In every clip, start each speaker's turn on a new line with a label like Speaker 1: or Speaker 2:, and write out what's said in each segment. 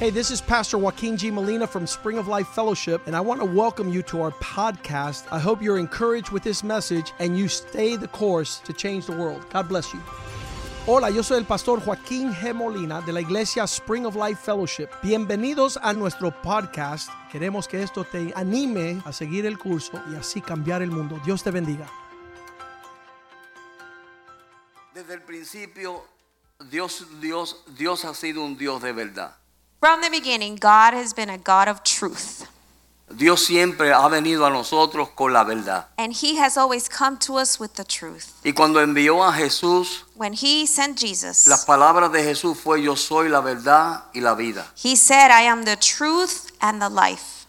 Speaker 1: Hey, this is Pastor Joaquin G. Molina from Spring of Life Fellowship, and I want to welcome you to our podcast. I hope you're encouraged with this message and you stay the course to change the world. God bless you. Hola, yo soy el pastor Joaquín G. Molina de la iglesia Spring of Life Fellowship. Bienvenidos a nuestro podcast. Queremos que esto te anime a seguir el curso y así cambiar el mundo. Dios te bendiga.
Speaker 2: Desde el principio, Dios, Dios, Dios ha sido un Dios de verdad.
Speaker 3: From the beginning, God has been a God of truth,
Speaker 2: Dios siempre ha venido a nosotros con la verdad.
Speaker 3: and He has always come to us with the truth.
Speaker 2: Y cuando envió a Jesús,
Speaker 3: When He sent Jesus,
Speaker 2: las palabras de Jesús fue yo soy la verdad y la vida.
Speaker 3: He said, I am the truth and the life.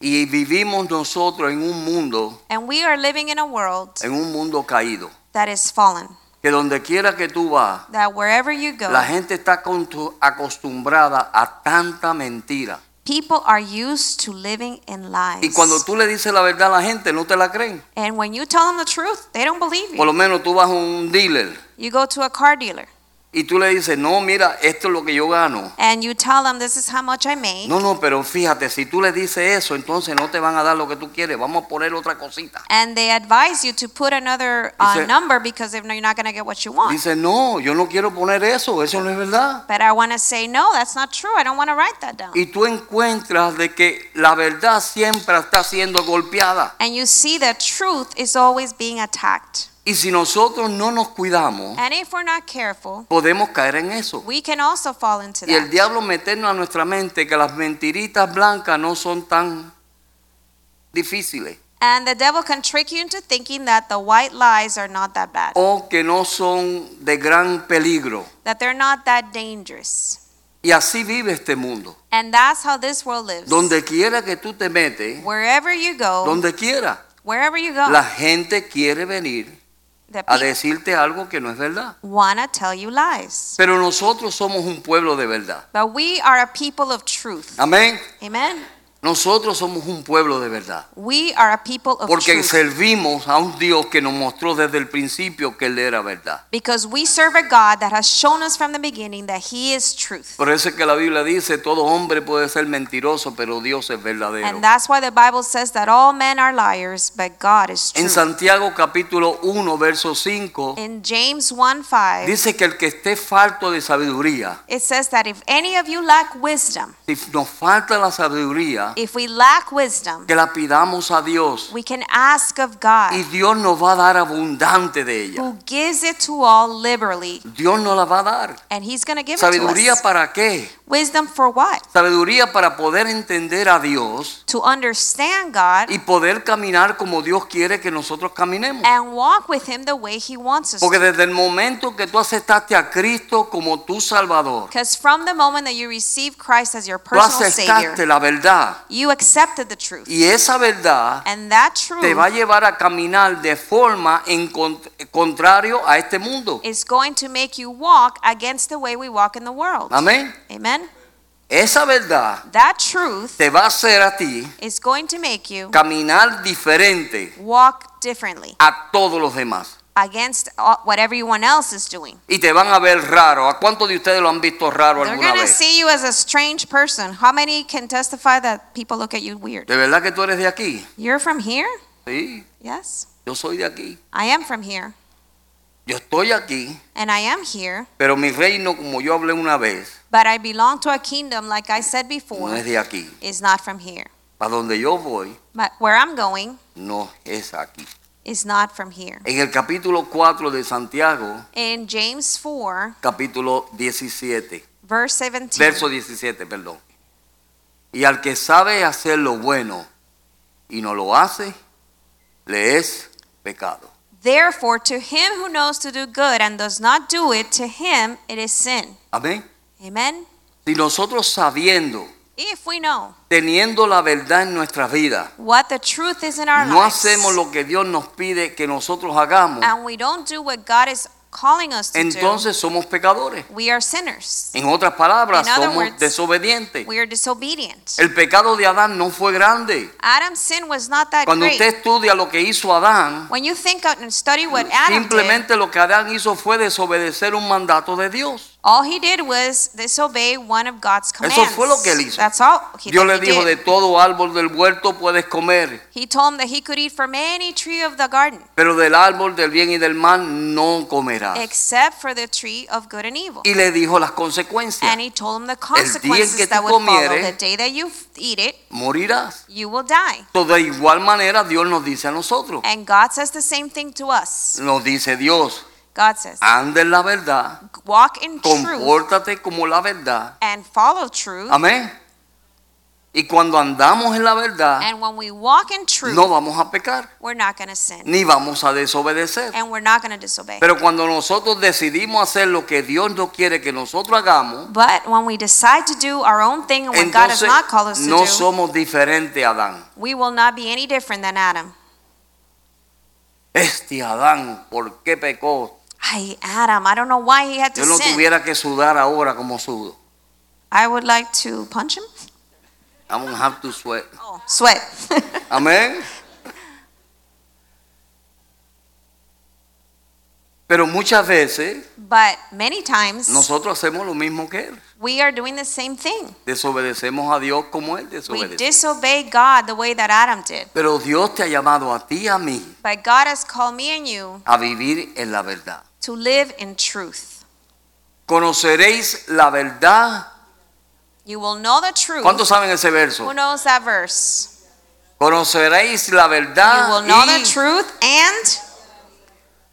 Speaker 2: Y vivimos nosotros en un mundo,
Speaker 3: And we are living in a world
Speaker 2: en un mundo caído,
Speaker 3: that is fallen,
Speaker 2: que donde quiera que tú vas,
Speaker 3: that wherever you
Speaker 2: la
Speaker 3: go,
Speaker 2: gente está contu- acostumbrada a tanta mentira.
Speaker 3: people are used to living in
Speaker 2: Y
Speaker 3: lies.
Speaker 2: cuando tú le dices la verdad a la gente, no te la creen.
Speaker 3: And when you tell them the truth, they don't believe
Speaker 2: Por
Speaker 3: you.
Speaker 2: lo menos tú vas a un dealer
Speaker 3: You go to a car dealer
Speaker 2: y tú le dices, no, mira, esto es lo que yo gano.
Speaker 3: and you tell them, This is how much I made.
Speaker 2: No, no, pero fíjate, si tú le dices eso, entonces no te van a dar lo que tú quieres. Vamos a poner otra cosita.
Speaker 3: And they advise you to put another uh,
Speaker 2: Dice-
Speaker 3: number because if no, you're not going to get what you want.
Speaker 2: Dice, no, yo no quiero poner eso, eso no es verdad.
Speaker 3: But I want to say, no, that's not true. I don't want to write that down.
Speaker 2: Y tú encuentras de que la verdad siempre está siendo golpeada.
Speaker 3: And you see that truth is always being attacked.
Speaker 2: Y si nosotros no nos cuidamos,
Speaker 3: And if we're not careful,
Speaker 2: podemos caer en eso.
Speaker 3: we can also fall into
Speaker 2: Y el
Speaker 3: that.
Speaker 2: diablo meternos a nuestra mente que las mentiritas blancas no son tan difíciles
Speaker 3: And the devil can trick you into thinking that the white lies are not that bad,
Speaker 2: o que no son de gran peligro.
Speaker 3: that they're not that dangerous.
Speaker 2: Y así vive este mundo.
Speaker 3: And that's how this world lives.
Speaker 2: Donde quiera que tú te metes,
Speaker 3: Wherever you go,
Speaker 2: donde quiera.
Speaker 3: wherever you go,
Speaker 2: La gente quiere venir
Speaker 3: the
Speaker 2: a
Speaker 3: people
Speaker 2: decirte algo que no es verdad.
Speaker 3: want to tell you lies.
Speaker 2: Pero nosotros somos un pueblo de verdad.
Speaker 3: But we are a people of truth.
Speaker 2: Amén.
Speaker 3: Amen?
Speaker 2: Nosotros somos un pueblo de verdad.
Speaker 3: We are a people of
Speaker 2: Porque
Speaker 3: truth.
Speaker 2: servimos a un Dios que nos mostró desde el principio que Él era verdad.
Speaker 3: Because we serve a God that has shown us from the beginning that He is truth.
Speaker 2: Por eso es que la Biblia dice, todo hombre puede ser mentiroso, pero Dios es verdadero.
Speaker 3: And that's why the Bible says that all men are liars, but God is
Speaker 2: En
Speaker 3: true.
Speaker 2: Santiago capítulo 1, verso 5,
Speaker 3: In James 1 5,
Speaker 2: dice que el que esté falto de sabiduría,
Speaker 3: it says that if any of you lack wisdom,
Speaker 2: si nos falta la sabiduría,
Speaker 3: if we lack wisdom,
Speaker 2: que la pidamos a Dios.
Speaker 3: we can ask
Speaker 2: Y
Speaker 3: of God,
Speaker 2: Dios nos va a dar abundante de ella.
Speaker 3: who gives it to all liberally,
Speaker 2: Dios nos la va a dar.
Speaker 3: and He's going to give it to
Speaker 2: ¿Sabiduría
Speaker 3: us.
Speaker 2: para qué?
Speaker 3: Wisdom for what?
Speaker 2: Sabiduría para poder entender a Dios
Speaker 3: To understand God
Speaker 2: y poder caminar como Dios quiere que nosotros caminemos.
Speaker 3: and walk with Him the way He wants us
Speaker 2: Porque
Speaker 3: to.
Speaker 2: desde el momento que tú aceptaste a Cristo como tu Salvador,
Speaker 3: Because from the moment that you receive Christ as your
Speaker 2: tú
Speaker 3: personal Savior,
Speaker 2: aceptaste la verdad.
Speaker 3: You accepted the truth.
Speaker 2: Y esa verdad
Speaker 3: And that
Speaker 2: te va a
Speaker 3: truth
Speaker 2: llevar a caminar de forma en cont- contrario a este mundo.
Speaker 3: is going to make you walk against the way we walk in the world.
Speaker 2: Amén.
Speaker 3: Amen?
Speaker 2: Esa verdad
Speaker 3: That truth
Speaker 2: te va a hacer a ti
Speaker 3: is going to make you
Speaker 2: caminar diferente
Speaker 3: walk differently
Speaker 2: a todos los demás.
Speaker 3: against uh, what everyone else is doing.
Speaker 2: Y te van a ver raro. ¿A cuántos de ustedes lo han visto raro
Speaker 3: They're
Speaker 2: alguna
Speaker 3: going to
Speaker 2: vez?
Speaker 3: see you as a strange person. How many can testify that people look at you weird?
Speaker 2: ¿De verdad que tú eres de aquí?
Speaker 3: You're from here?
Speaker 2: Sí,
Speaker 3: Yes.
Speaker 2: yo soy de aquí.
Speaker 3: I am from here.
Speaker 2: Yo estoy aquí,
Speaker 3: And I am here,
Speaker 2: pero mi reino, como yo hablé una vez,
Speaker 3: but I belong to a kingdom, like I said
Speaker 2: no es
Speaker 3: before,
Speaker 2: de aquí.
Speaker 3: is not from here.
Speaker 2: A donde yo voy,
Speaker 3: But where I'm going
Speaker 2: no es aquí.
Speaker 3: is not from here.
Speaker 2: En el capítulo 4 de Santiago,
Speaker 3: In James 4,
Speaker 2: capítulo 17,
Speaker 3: verse 17,
Speaker 2: verso 17, perdón. Y al que sabe hacer lo bueno y no lo hace, le es pecado.
Speaker 3: therefore, to him who knows to do good and does not do it, to him it is sin.
Speaker 2: Amén.
Speaker 3: Amen.
Speaker 2: Si nosotros sabiendo
Speaker 3: If we know
Speaker 2: teniendo la verdad en nuestras vidas,
Speaker 3: what the truth is in our
Speaker 2: no
Speaker 3: lives,
Speaker 2: hacemos lo que Dios nos pide que nosotros hagamos,
Speaker 3: and we don't do what God is calling us to
Speaker 2: entonces somos pecadores.
Speaker 3: do, we are sinners.
Speaker 2: En otras palabras,
Speaker 3: In other
Speaker 2: somos
Speaker 3: words,
Speaker 2: desobedientes.
Speaker 3: We are disobedient.
Speaker 2: El pecado de Adán no fue grande.
Speaker 3: Adam's sin was not that
Speaker 2: Cuando
Speaker 3: great.
Speaker 2: usted estudia lo que hizo Adán,
Speaker 3: when you think out and study what Adam did,
Speaker 2: simplemente lo que Adán hizo fue desobedecer un mandato de Dios.
Speaker 3: All he did was disobey one of God's commands.
Speaker 2: fue lo que él hizo.
Speaker 3: That's all he,
Speaker 2: Dios le
Speaker 3: that he
Speaker 2: dijo, de
Speaker 3: did.
Speaker 2: todo árbol del huerto puedes comer,
Speaker 3: He told him that he could eat from any tree of the garden
Speaker 2: pero del árbol del bien y del mal no comerás.
Speaker 3: except for the tree of good and
Speaker 2: Ah.
Speaker 3: evil.
Speaker 2: Y le dijo las consecuencias,
Speaker 3: And he told him
Speaker 2: día
Speaker 3: the
Speaker 2: en que
Speaker 3: consequences that
Speaker 2: tú
Speaker 3: would follow.
Speaker 2: comieres-
Speaker 3: The day that you f- eat it,
Speaker 2: morirás.
Speaker 3: you will die.
Speaker 2: Entonces, Pues de igual manera Dios nos dice a nosotros,
Speaker 3: And God says the same thing to us.
Speaker 2: nos dice Dios,
Speaker 3: God says,
Speaker 2: anda en la verdad,
Speaker 3: walk in truth
Speaker 2: compórtate como la verdad.
Speaker 3: and follow truth.
Speaker 2: Amén. Y cuando andamos en la verdad,
Speaker 3: And when we walk in truth,
Speaker 2: no vamos a pecar,
Speaker 3: we're not going to sin
Speaker 2: ni vamos a desobedecer.
Speaker 3: and we're not going to disobey.
Speaker 2: Pero cuando nosotros decidimos hacer lo que Dios no quiere que nosotros hagamos,
Speaker 3: But when we decide to do our own thing and what God has
Speaker 2: entonces
Speaker 3: not called us to
Speaker 2: no
Speaker 3: do,
Speaker 2: somos diferentes a Adán.
Speaker 3: we will not be any different than Adam.
Speaker 2: Este Adán, ¿por qué pecó?
Speaker 3: Ay, Adam, I don't know why he had to
Speaker 2: Yo no
Speaker 3: sin.
Speaker 2: tuviera que sudar ahora como sudo.
Speaker 3: I would like to punch him.
Speaker 2: I'm gonna have to sweat.
Speaker 3: Oh, sweat.
Speaker 2: Amén. Pero muchas veces
Speaker 3: but many times
Speaker 2: nosotros hacemos lo mismo que él.
Speaker 3: we are doing the same thing.
Speaker 2: Desobedecemos a Dios como él
Speaker 3: We
Speaker 2: desobedece.
Speaker 3: disobey God the way that Adam did.
Speaker 2: Pero Dios te ha llamado a ti y a mí
Speaker 3: But God has called me and you
Speaker 2: a vivir en la verdad.
Speaker 3: to live in truth.
Speaker 2: Conoceréis la verdad.
Speaker 3: You will know the truth.
Speaker 2: ¿Cuántos saben ese verso?
Speaker 3: Who knows that verse?
Speaker 2: Conoceréis la
Speaker 3: you
Speaker 2: verdad
Speaker 3: will know the
Speaker 2: Ah, y
Speaker 3: truth, and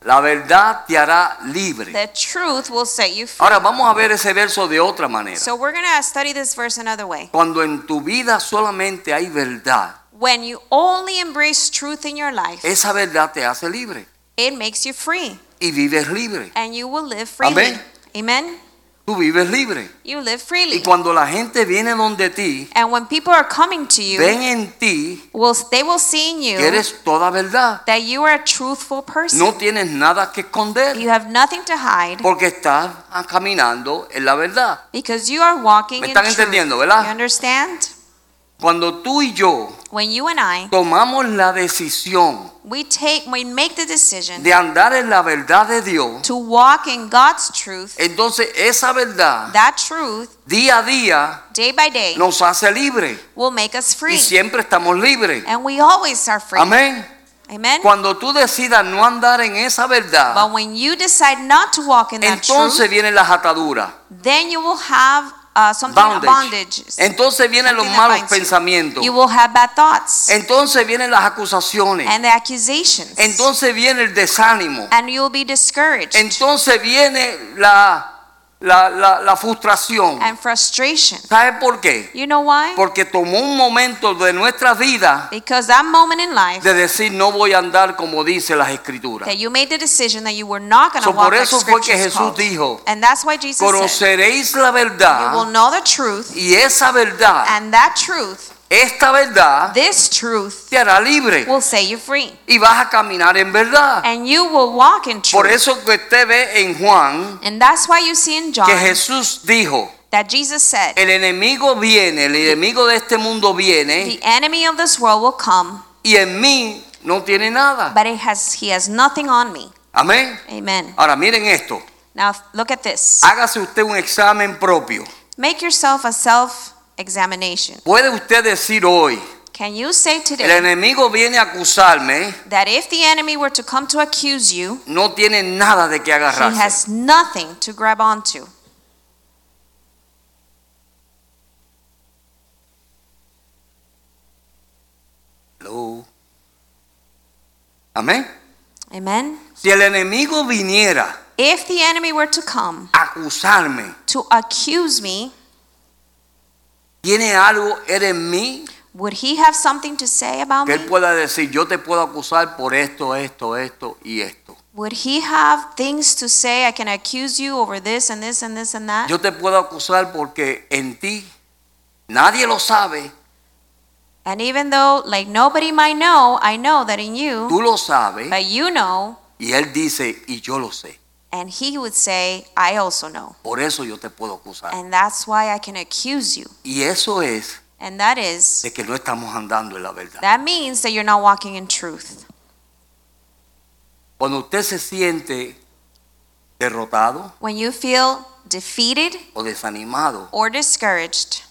Speaker 2: la verdad te hará libre.
Speaker 3: the truth will set you free.
Speaker 2: Ahora vamos a ver ese verso de otra manera.
Speaker 3: So we're going to study this verse another way.
Speaker 2: Cuando en tu vida solamente hay verdad,
Speaker 3: When you only embrace truth in your life,
Speaker 2: esa verdad te hace libre
Speaker 3: it makes you free,
Speaker 2: y vives libre.
Speaker 3: and you will live freely.
Speaker 2: Amén.
Speaker 3: Amen.
Speaker 2: Tú vives libre.
Speaker 3: You live
Speaker 2: Y
Speaker 3: freely.
Speaker 2: cuando la gente viene donde ti,
Speaker 3: And when people are coming to you,
Speaker 2: ven en ti
Speaker 3: will they will see in
Speaker 2: que
Speaker 3: you
Speaker 2: eres toda verdad.
Speaker 3: that you are a truthful person.
Speaker 2: No tienes nada que esconder
Speaker 3: You have nothing to hide
Speaker 2: porque estás ah, caminando en la verdad.
Speaker 3: because you are walking
Speaker 2: ¿Me
Speaker 3: in
Speaker 2: están
Speaker 3: truth.
Speaker 2: entendiendo,
Speaker 3: You
Speaker 2: verdad?
Speaker 3: understand?
Speaker 2: Cuando tú y yo
Speaker 3: When you and I
Speaker 2: tomamos la decisión
Speaker 3: we take we make the decision
Speaker 2: de andar en la verdad de Dios,
Speaker 3: to walk in God's truth,
Speaker 2: entonces esa verdad
Speaker 3: that truth
Speaker 2: día a día
Speaker 3: day by day
Speaker 2: nos hace libre
Speaker 3: will make us free.
Speaker 2: y siempre estamos libres.
Speaker 3: And we always are free.
Speaker 2: Amén.
Speaker 3: Amen.
Speaker 2: Cuando tú decidas no andar en esa verdad,
Speaker 3: But when you decide not to walk in that
Speaker 2: entonces
Speaker 3: truth,
Speaker 2: vienen las ataduras,
Speaker 3: then you will have uh, something
Speaker 2: bondage.
Speaker 3: bondages.
Speaker 2: Entonces vienen los
Speaker 3: Something that
Speaker 2: malos
Speaker 3: binds you.
Speaker 2: pensamientos.
Speaker 3: You will have bad thoughts
Speaker 2: Entonces vienen las acusaciones.
Speaker 3: and the accusations.
Speaker 2: Entonces viene el desánimo.
Speaker 3: and you will be discouraged
Speaker 2: Entonces viene la, la, la, la frustración.
Speaker 3: and frustration.
Speaker 2: ¿Sabes por qué?
Speaker 3: You know why?
Speaker 2: Porque tomó un momento de nuestra vida
Speaker 3: Because that moment in life
Speaker 2: de decir no voy a andar como dice las escrituras.
Speaker 3: that you made the decision that you were not going to
Speaker 2: So,
Speaker 3: walk
Speaker 2: por
Speaker 3: like
Speaker 2: eso fue que
Speaker 3: Scripture's
Speaker 2: Jesús
Speaker 3: called.
Speaker 2: dijo,
Speaker 3: And that's why Jesus said,
Speaker 2: Conoceréis la
Speaker 3: You will
Speaker 2: verdad
Speaker 3: know the truth,
Speaker 2: y esa verdad
Speaker 3: and that truth,
Speaker 2: Esta verdad
Speaker 3: this truth,
Speaker 2: te hará libre
Speaker 3: will set you free.
Speaker 2: y vas a caminar en verdad.
Speaker 3: And you will walk in
Speaker 2: Por
Speaker 3: truth.
Speaker 2: eso que usted ve en Juan
Speaker 3: And that's why you see in John
Speaker 2: que Jesús dijo,
Speaker 3: that Jesus said,
Speaker 2: el enemigo viene, el enemigo de este mundo viene
Speaker 3: The enemy of this world will come,
Speaker 2: y en mí no tiene nada.
Speaker 3: but it has he has nothing on me.
Speaker 2: Amén.
Speaker 3: Amen.
Speaker 2: Ahora miren esto,
Speaker 3: Now look at this.
Speaker 2: hágase usted un examen propio.
Speaker 3: Make yourself a self examination.
Speaker 2: Puede usted decir hoy,
Speaker 3: Can you say
Speaker 2: el
Speaker 3: today
Speaker 2: enemigo viene a acusarme,
Speaker 3: that if the enemy were to come to accuse you,
Speaker 2: no tiene nada de qué
Speaker 3: he
Speaker 2: agarrarse.
Speaker 3: has nothing to grab onto?
Speaker 2: Hello. Amén.
Speaker 3: Amen.
Speaker 2: Si el enemigo viniera
Speaker 3: If the enemy were to come
Speaker 2: a acusarme,
Speaker 3: to accuse me,
Speaker 2: ¿Tiene algo él en mí
Speaker 3: would he have something to say about
Speaker 2: que
Speaker 3: me?
Speaker 2: él pueda decir, yo te puedo acusar por esto, esto, esto y esto?
Speaker 3: Would he have things to say? I can accuse you over this and this and this and that.
Speaker 2: Yo te puedo acusar porque en ti nadie lo sabe,
Speaker 3: and even though, like, nobody might know, I know that in you,
Speaker 2: tú lo sabes.
Speaker 3: but you know,
Speaker 2: Y él dice, y yo lo sé,
Speaker 3: and he would say, I also know.
Speaker 2: por eso yo te puedo acusar.
Speaker 3: And that's why I can accuse you.
Speaker 2: Y eso es
Speaker 3: And that is,
Speaker 2: de que no estamos andando en la verdad.
Speaker 3: that means that you're not walking in truth.
Speaker 2: Cuando usted se siente derrotado,
Speaker 3: When you feel defeated,
Speaker 2: o desanimado
Speaker 3: or discouraged,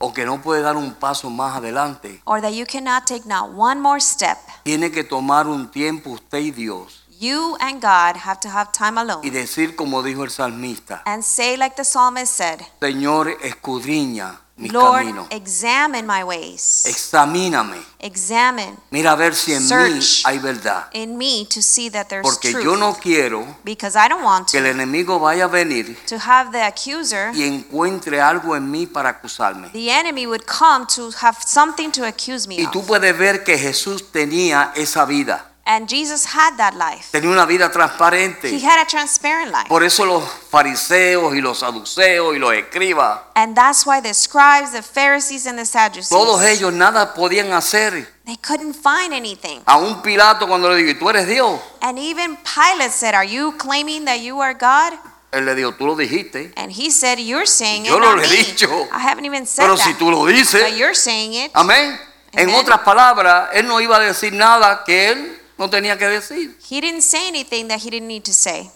Speaker 2: o que no puede dar un paso más adelante,
Speaker 3: or that you cannot take not one more step,
Speaker 2: tiene que tomar un tiempo usted y Dios
Speaker 3: you and God have to have time
Speaker 2: y
Speaker 3: alone
Speaker 2: decir como dijo el salmista,
Speaker 3: and say, like the psalmist said,
Speaker 2: Señor, escudriña mis
Speaker 3: Lord,
Speaker 2: caminos,
Speaker 3: examine my ways.
Speaker 2: examíname,
Speaker 3: Examine
Speaker 2: mira a ver si en mí
Speaker 3: Search.
Speaker 2: hay verdad,
Speaker 3: in me to see that there's
Speaker 2: porque yo no
Speaker 3: truth.
Speaker 2: quiero
Speaker 3: Because I don't want
Speaker 2: que el
Speaker 3: to,
Speaker 2: enemigo vaya a venir
Speaker 3: to have the accuser,
Speaker 2: y encuentre algo en mí para acusarme.
Speaker 3: the enemy would come to have something to accuse me
Speaker 2: Y tú
Speaker 3: of.
Speaker 2: puedes ver que Jesús tenía esa vida,
Speaker 3: And Jesus had that life.
Speaker 2: tenía una vida
Speaker 3: He
Speaker 2: transparente.
Speaker 3: had a transparent life.
Speaker 2: Por eso los fariseos y los saduceos y los escribas
Speaker 3: And that's why the scribes, the Pharisees, and the
Speaker 2: Todos
Speaker 3: Sadducees,
Speaker 2: ellos nada podían hacer.
Speaker 3: they couldn't find anything.
Speaker 2: A un Pilato cuando le dijo, ¿y tú eres Dios?
Speaker 3: And even Pilate said, Are you claiming that you are God?
Speaker 2: Él le dijo, tú lo dijiste.
Speaker 3: And he said, You're saying
Speaker 2: Yo
Speaker 3: it.
Speaker 2: no
Speaker 3: Not
Speaker 2: lo he
Speaker 3: me.
Speaker 2: dicho.
Speaker 3: I haven't even said
Speaker 2: Pero si
Speaker 3: that.
Speaker 2: tú lo
Speaker 3: But
Speaker 2: dices,
Speaker 3: you're saying it.
Speaker 2: amén. En
Speaker 3: Amen.
Speaker 2: otras palabras, él no iba a decir nada que él no tenía que decir.
Speaker 3: He didn't say anything that he didn't need to say.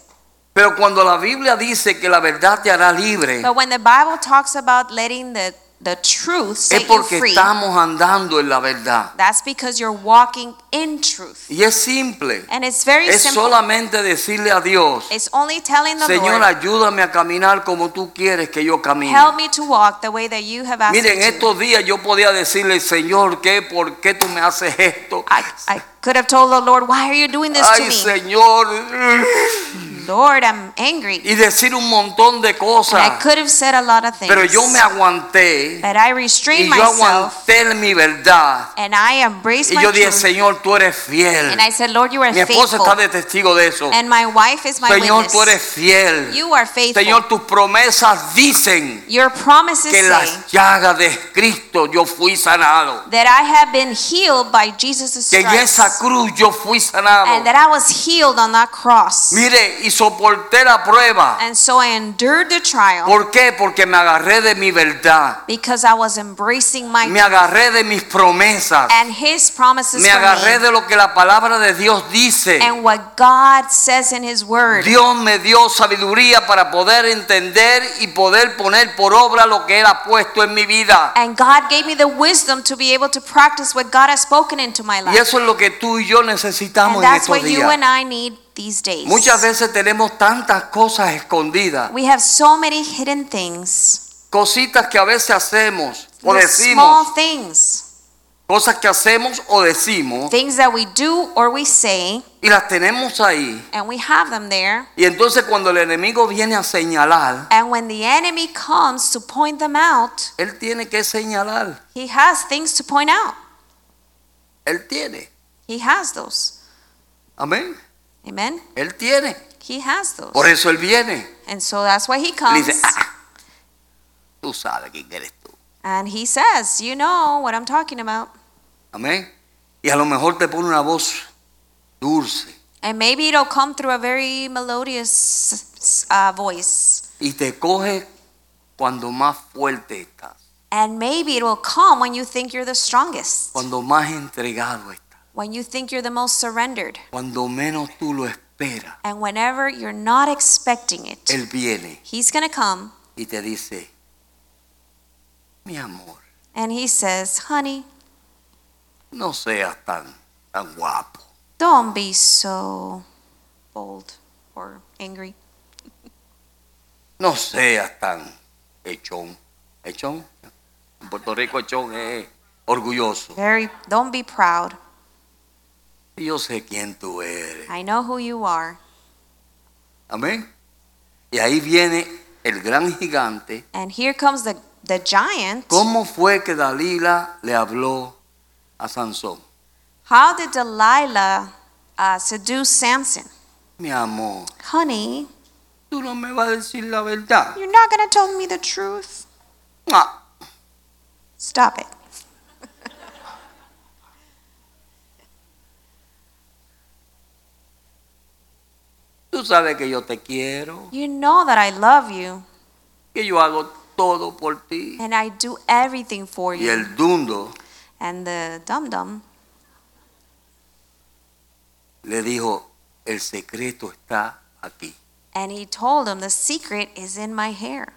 Speaker 2: Pero cuando la Biblia dice que la verdad te hará libre,
Speaker 3: But when the Bible talks about letting the, the truth
Speaker 2: es
Speaker 3: set you
Speaker 2: porque
Speaker 3: free,
Speaker 2: estamos andando en la verdad.
Speaker 3: that's because you're walking in truth.
Speaker 2: Y es simple.
Speaker 3: And it's very
Speaker 2: Es
Speaker 3: simple.
Speaker 2: solamente decirle a Dios,
Speaker 3: It's only telling the
Speaker 2: Señor,
Speaker 3: Lord,
Speaker 2: ayúdame a caminar como tú quieres que yo camine.
Speaker 3: help me to walk the way that you have asked
Speaker 2: Miren,
Speaker 3: me to.
Speaker 2: estos días yo podía decirle, Señor, ¿qué? ¿Por qué tú me haces esto?
Speaker 3: I, I could have told the Lord, why are you doing this
Speaker 2: Ay,
Speaker 3: to me?
Speaker 2: Señor.
Speaker 3: Lord, I'm angry.
Speaker 2: Y decir un montón de
Speaker 3: And I
Speaker 2: cosas.
Speaker 3: could have said a lot of things.
Speaker 2: Pero yo me aguanté.
Speaker 3: but I
Speaker 2: Y
Speaker 3: restrained
Speaker 2: yo
Speaker 3: myself
Speaker 2: aguanté mi verdad.
Speaker 3: and I embraced
Speaker 2: Y
Speaker 3: my
Speaker 2: yo dije,
Speaker 3: truth.
Speaker 2: Señor, tú eres fiel.
Speaker 3: And I said, Lord, you are
Speaker 2: Mi esposa
Speaker 3: faithful.
Speaker 2: está de testigo de eso.
Speaker 3: and my wife is my
Speaker 2: Señor,
Speaker 3: witness.
Speaker 2: tú eres fiel.
Speaker 3: you are faithful.
Speaker 2: Señor, tus promesas dicen
Speaker 3: Your promises
Speaker 2: que
Speaker 3: say
Speaker 2: en las llagas de Cristo yo fui sanado.
Speaker 3: that I have been healed by Jesus'
Speaker 2: Que en
Speaker 3: stripes.
Speaker 2: esa cruz yo fui sanado.
Speaker 3: And that I was healed on that cross.
Speaker 2: Mire, y soporté la prueba.
Speaker 3: And so I endured the trial
Speaker 2: ¿Por qué? Porque me agarré de mi verdad.
Speaker 3: because I was embracing my
Speaker 2: Me agarré de mis promesas.
Speaker 3: and his promises
Speaker 2: Me
Speaker 3: for
Speaker 2: agarré
Speaker 3: me.
Speaker 2: de lo que la palabra de Dios dice.
Speaker 3: and what God says in his word.
Speaker 2: Dios me dio sabiduría para poder entender y poder poner por obra lo que Él ha puesto en mi vida.
Speaker 3: And God gave me the wisdom to be able to practice what God has spoken into my life.
Speaker 2: Y eso es lo que tú y yo
Speaker 3: and
Speaker 2: necesitamos en
Speaker 3: that's
Speaker 2: estos
Speaker 3: what you
Speaker 2: días.
Speaker 3: and I need these days.
Speaker 2: Muchas veces tenemos tantas cosas escondidas,
Speaker 3: we have so many hidden things,
Speaker 2: cositas que a veces hacemos o
Speaker 3: Little small
Speaker 2: decimos,
Speaker 3: things,
Speaker 2: cosas que hacemos o decimos
Speaker 3: things that we do or we say,
Speaker 2: y las tenemos ahí.
Speaker 3: and we have them there.
Speaker 2: Y entonces cuando el enemigo viene a señalar,
Speaker 3: And when the enemy comes to point them out,
Speaker 2: él tiene que señalar,
Speaker 3: he has things to point out.
Speaker 2: él tiene,
Speaker 3: He has those.
Speaker 2: amén,
Speaker 3: Amen.
Speaker 2: él tiene.
Speaker 3: He has those.
Speaker 2: Por eso él viene.
Speaker 3: And so that's why he
Speaker 2: Le
Speaker 3: comes.
Speaker 2: dice, ah, tú sabes quién eres tú,
Speaker 3: And he says, You know what I'm talking about.
Speaker 2: amén. Y a lo mejor te pone una voz dulce
Speaker 3: And maybe it'll come through a very melodious uh, voice.
Speaker 2: y te coge cuando más fuerte estás,
Speaker 3: And maybe it will come when you think you're the strongest,
Speaker 2: cuando más entregado estás,
Speaker 3: when you think you're the most surrendered.
Speaker 2: cuando menos tú lo esperas.
Speaker 3: And whenever you're not expecting it,
Speaker 2: Él viene
Speaker 3: he's going to come
Speaker 2: y te dice, mi amor,
Speaker 3: and he says, Honey,
Speaker 2: no seas tan, tan guapo.
Speaker 3: don't be so bold or angry.
Speaker 2: No seas tan echón. Echón. En Puerto Rico echón es orgulloso.
Speaker 3: Very, don't be proud.
Speaker 2: Yo sé quién tú eres.
Speaker 3: I know who you are.
Speaker 2: Amén. Y ahí viene el gran gigante.
Speaker 3: And here comes the, the giant.
Speaker 2: ¿Cómo fue que Dalila le habló a Sansón?
Speaker 3: How did Delilah uh, seduce Samson?
Speaker 2: Mi amor,
Speaker 3: Honey,
Speaker 2: tú no me vas a decir la verdad.
Speaker 3: you're not going to tell me the truth.
Speaker 2: Ah,
Speaker 3: Stop it.
Speaker 2: tú sabes que yo te quiero,
Speaker 3: You know that I love you
Speaker 2: que yo hago todo por ti.
Speaker 3: and I do everything for
Speaker 2: Y
Speaker 3: you.
Speaker 2: el dundo
Speaker 3: And the dum dum,
Speaker 2: le dijo, el secreto está aquí.
Speaker 3: And he told him, The secret is in my hair.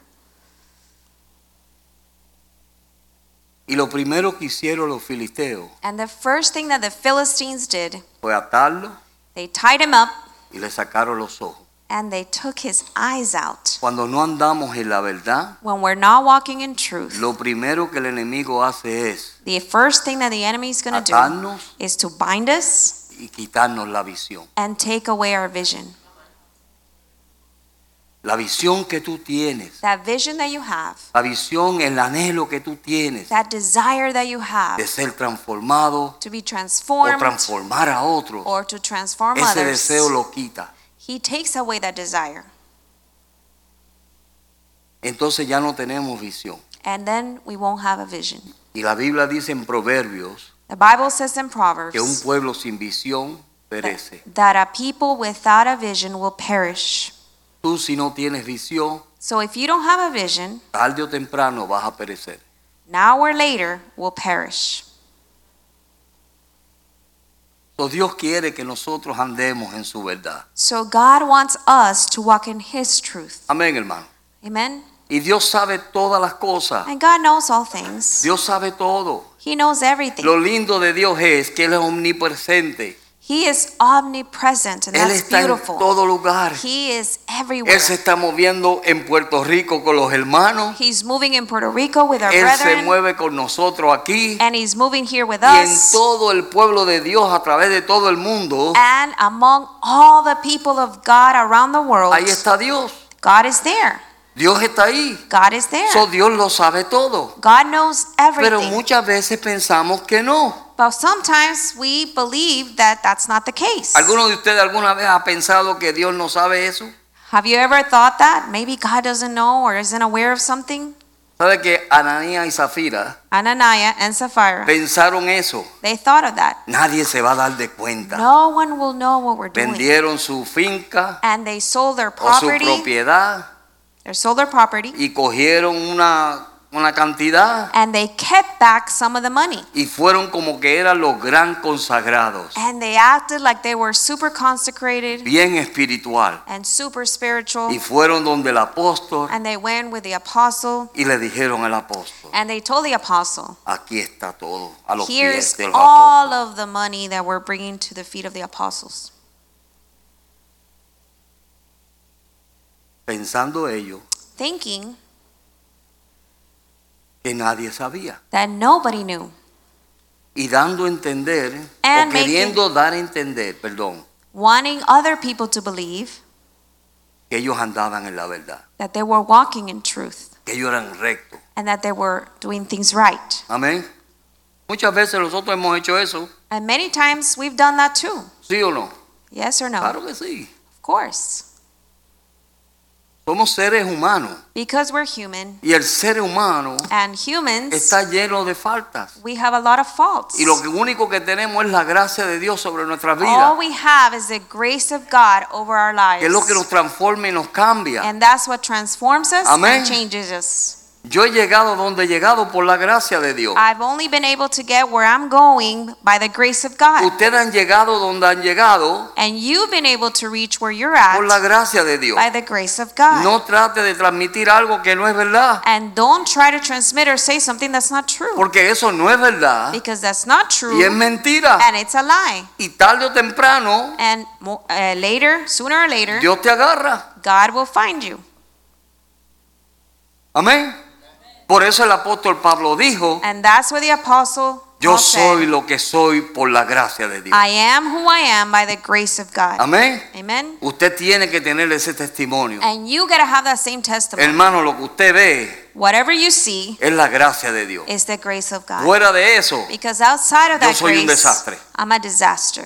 Speaker 2: Y lo primero que hicieron los filisteos
Speaker 3: And the first thing that the Philistines did,
Speaker 2: fue atarlo
Speaker 3: they tied him up
Speaker 2: y le sacaron los ojos.
Speaker 3: and they took his eyes out.
Speaker 2: Cuando no andamos en la verdad,
Speaker 3: When we're not walking in truth,
Speaker 2: lo primero que el enemigo hace es
Speaker 3: the first thing that the enemy is going to do
Speaker 2: atarnos
Speaker 3: is to bind us
Speaker 2: y quitarnos la visión.
Speaker 3: and take away our vision.
Speaker 2: La visión que tú tienes,
Speaker 3: That vision that you have,
Speaker 2: la visión, el anhelo que tú tienes
Speaker 3: that desire that you
Speaker 2: de
Speaker 3: have
Speaker 2: ser transformado
Speaker 3: to be
Speaker 2: o
Speaker 3: transformed
Speaker 2: transformar a otros,
Speaker 3: or to transform
Speaker 2: ese
Speaker 3: others,
Speaker 2: deseo lo quita.
Speaker 3: he takes away that desire.
Speaker 2: Entonces ya no tenemos visión.
Speaker 3: And then we won't have a vision.
Speaker 2: Y la Biblia dice en Proverbios
Speaker 3: The Bible says
Speaker 2: que
Speaker 3: in
Speaker 2: un
Speaker 3: Proverbs
Speaker 2: pueblo sin visión
Speaker 3: that,
Speaker 2: perece.
Speaker 3: that a people without a vision will perish.
Speaker 2: Tú si no tienes visión,
Speaker 3: So if you don't have a vision,
Speaker 2: tarde o temprano vas a perecer.
Speaker 3: now or later will perish.
Speaker 2: Entonces, Pues Dios quiere que nosotros andemos en su verdad.
Speaker 3: So God wants us to walk in His truth.
Speaker 2: Amén, hermano.
Speaker 3: Amen.
Speaker 2: Y Dios sabe todas las cosas.
Speaker 3: And God knows all things.
Speaker 2: Dios sabe todo.
Speaker 3: He knows
Speaker 2: Lo
Speaker 3: everything.
Speaker 2: lindo de Dios es que Él es omnipresente.
Speaker 3: He is omnipresent, and
Speaker 2: Él
Speaker 3: that's
Speaker 2: está en
Speaker 3: beautiful.
Speaker 2: todo lugar.
Speaker 3: He is everywhere.
Speaker 2: Él se está moviendo en Puerto Rico con los hermanos.
Speaker 3: He's moving in Puerto Rico with our
Speaker 2: Él se
Speaker 3: brethren,
Speaker 2: mueve con nosotros aquí.
Speaker 3: and He's moving here with
Speaker 2: Y en
Speaker 3: us.
Speaker 2: todo el pueblo de Dios, a través de todo el mundo,
Speaker 3: And among all the people of God around the world,
Speaker 2: ahí está Dios.
Speaker 3: God is there.
Speaker 2: Dios está ahí.
Speaker 3: God is there.
Speaker 2: So, Dios lo sabe todo.
Speaker 3: God knows
Speaker 2: Pero
Speaker 3: everything.
Speaker 2: muchas veces pensamos que no.
Speaker 3: But sometimes we believe that that's not the case.
Speaker 2: ¿Alguno de ustedes alguna vez ha pensado que Dios no sabe eso?
Speaker 3: Have you ever thought that? Maybe God doesn't know or isn't aware of something?
Speaker 2: ¿Sabe que Ananías y Zafira
Speaker 3: Ananiah and Sapphira,
Speaker 2: pensaron eso?
Speaker 3: they thought of that.
Speaker 2: Nadie se va a dar de cuenta.
Speaker 3: No one will know what we're doing.
Speaker 2: Vendieron su finca
Speaker 3: And they sold their
Speaker 2: o su
Speaker 3: property,
Speaker 2: propiedad
Speaker 3: they sold their property,
Speaker 2: y cogieron una, una cantidad
Speaker 3: and they kept back some of the money.
Speaker 2: y fueron como que eran los gran consagrados,
Speaker 3: And they acted like they were super consecrated
Speaker 2: bien espiritual.
Speaker 3: and super spiritual.
Speaker 2: Y fueron donde el apóstol
Speaker 3: And they went with the apostle,
Speaker 2: y le dijeron al apóstol,
Speaker 3: and they told the apostle,
Speaker 2: aquí está todo, a los pies
Speaker 3: Here's
Speaker 2: del apóstol.
Speaker 3: all of the money that we're bringing to the feet of the apostles.
Speaker 2: Pensando ellos
Speaker 3: Thinking
Speaker 2: que nadie sabía
Speaker 3: that nobody knew.
Speaker 2: y dando a entender
Speaker 3: And
Speaker 2: o queriendo dar a entender, perdón,
Speaker 3: wanting other people to believe
Speaker 2: que ellos andaban en la verdad,
Speaker 3: that they were walking in truth
Speaker 2: que ellos eran rectos.
Speaker 3: and that they were doing things right.
Speaker 2: Amén. Muchas veces nosotros hemos hecho eso,
Speaker 3: And many times we've done that too.
Speaker 2: ¿sí o no?
Speaker 3: Yes or no?
Speaker 2: Claro que sí.
Speaker 3: Of course.
Speaker 2: Somos seres humanos
Speaker 3: Because we're human
Speaker 2: y el ser humano
Speaker 3: and humans,
Speaker 2: está lleno de faltas.
Speaker 3: we have a lot of faults.
Speaker 2: Y lo que- único que tenemos es la gracia de Dios sobre nuestras
Speaker 3: All
Speaker 2: vidas,
Speaker 3: Oh, we have is the grace of God over our lives.
Speaker 2: que es lo que nos transforma y nos cambia.
Speaker 3: And that's what transforms us
Speaker 2: Amén.
Speaker 3: and changes us.
Speaker 2: Yo he llegado donde he llegado por la gracia de Dios.
Speaker 3: I've only been able to get where I'm going by the grace of God.
Speaker 2: Ustedes han llegado donde han llegado
Speaker 3: And you've been able to reach where you're
Speaker 2: por la
Speaker 3: at
Speaker 2: gracia de Dios.
Speaker 3: by the grace of God.
Speaker 2: No trate de transmitir algo que no es verdad,
Speaker 3: And don't try to transmit or say something that's not true.
Speaker 2: porque eso no es verdad
Speaker 3: Because that's not
Speaker 2: y es
Speaker 3: true
Speaker 2: mentira.
Speaker 3: and it's a lie.
Speaker 2: Y tarde o temprano
Speaker 3: And mo- uh, later, sooner or later,
Speaker 2: Dios te agarra.
Speaker 3: God will find you.
Speaker 2: Amén. Por eso el apóstol Pablo dijo,
Speaker 3: And that's what the apostle
Speaker 2: yo
Speaker 3: Paul
Speaker 2: soy
Speaker 3: said,
Speaker 2: lo que soy por la gracia de Dios.
Speaker 3: I am who I am by the grace of God.
Speaker 2: Amén.
Speaker 3: Amen.
Speaker 2: Usted tiene que tener ese testimonio.
Speaker 3: And you got to have that same testimony.
Speaker 2: Hermano, lo que usted ve
Speaker 3: Whatever you see
Speaker 2: es la gracia de Dios.
Speaker 3: is the grace of God.
Speaker 2: Fuera de eso,
Speaker 3: Because outside of
Speaker 2: Yo
Speaker 3: that
Speaker 2: soy un
Speaker 3: grace,
Speaker 2: desastre.
Speaker 3: I'm a disaster.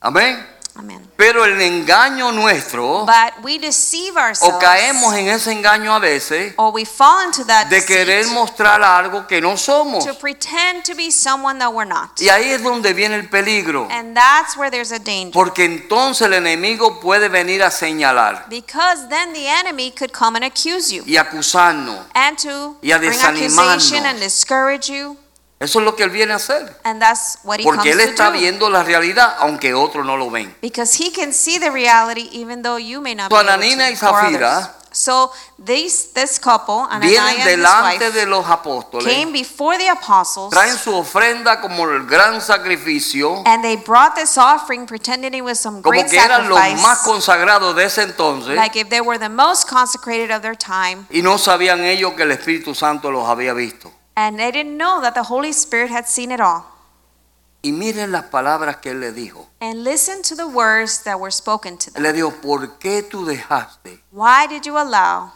Speaker 2: amén.
Speaker 3: Amen.
Speaker 2: Pero el engaño nuestro,
Speaker 3: But we deceive
Speaker 2: o
Speaker 3: ourselves,
Speaker 2: caemos en ese engaño a veces,
Speaker 3: or we fall into that
Speaker 2: de querer
Speaker 3: deceit
Speaker 2: mostrar algo que no somos.
Speaker 3: to pretend to be someone that we're not.
Speaker 2: Y ahí es donde viene el peligro.
Speaker 3: And that's where there's a danger.
Speaker 2: Porque entonces el enemigo puede venir a señalar
Speaker 3: Because then the enemy could come and accuse you
Speaker 2: y acusarnos
Speaker 3: and to
Speaker 2: Y a
Speaker 3: bring
Speaker 2: desanimarnos.
Speaker 3: accusation and discourage you.
Speaker 2: Eso es lo que él viene a hacer.
Speaker 3: And that's what he
Speaker 2: Porque
Speaker 3: comes
Speaker 2: él
Speaker 3: to
Speaker 2: está
Speaker 3: do.
Speaker 2: viendo la realidad, aunque otros no lo ven.
Speaker 3: Because he can see the reality even though you may not
Speaker 2: So,
Speaker 3: be able
Speaker 2: Ananina
Speaker 3: to,
Speaker 2: y
Speaker 3: for
Speaker 2: Zafira
Speaker 3: others. So these, this couple,
Speaker 2: Vienen
Speaker 3: Ananias and his
Speaker 2: delante
Speaker 3: wife,
Speaker 2: de los
Speaker 3: came
Speaker 2: apóstoles,
Speaker 3: before the apostles
Speaker 2: traen su ofrenda como el gran sacrificio,
Speaker 3: and they brought this offering pretending it was some
Speaker 2: como
Speaker 3: great
Speaker 2: que eran los más
Speaker 3: sacrifice.
Speaker 2: consagrados de ese entonces,
Speaker 3: Like if they were the most consecrated of their time
Speaker 2: y no sabían ellos que el Espíritu Santo los había visto.
Speaker 3: and they didn't know that the Holy Spirit had seen it all.
Speaker 2: Y miren las palabras que él le dijo.
Speaker 3: And listen to the words that were spoken to
Speaker 2: Él
Speaker 3: them.
Speaker 2: le dijo, ¿por qué tú dejaste
Speaker 3: Why did you allow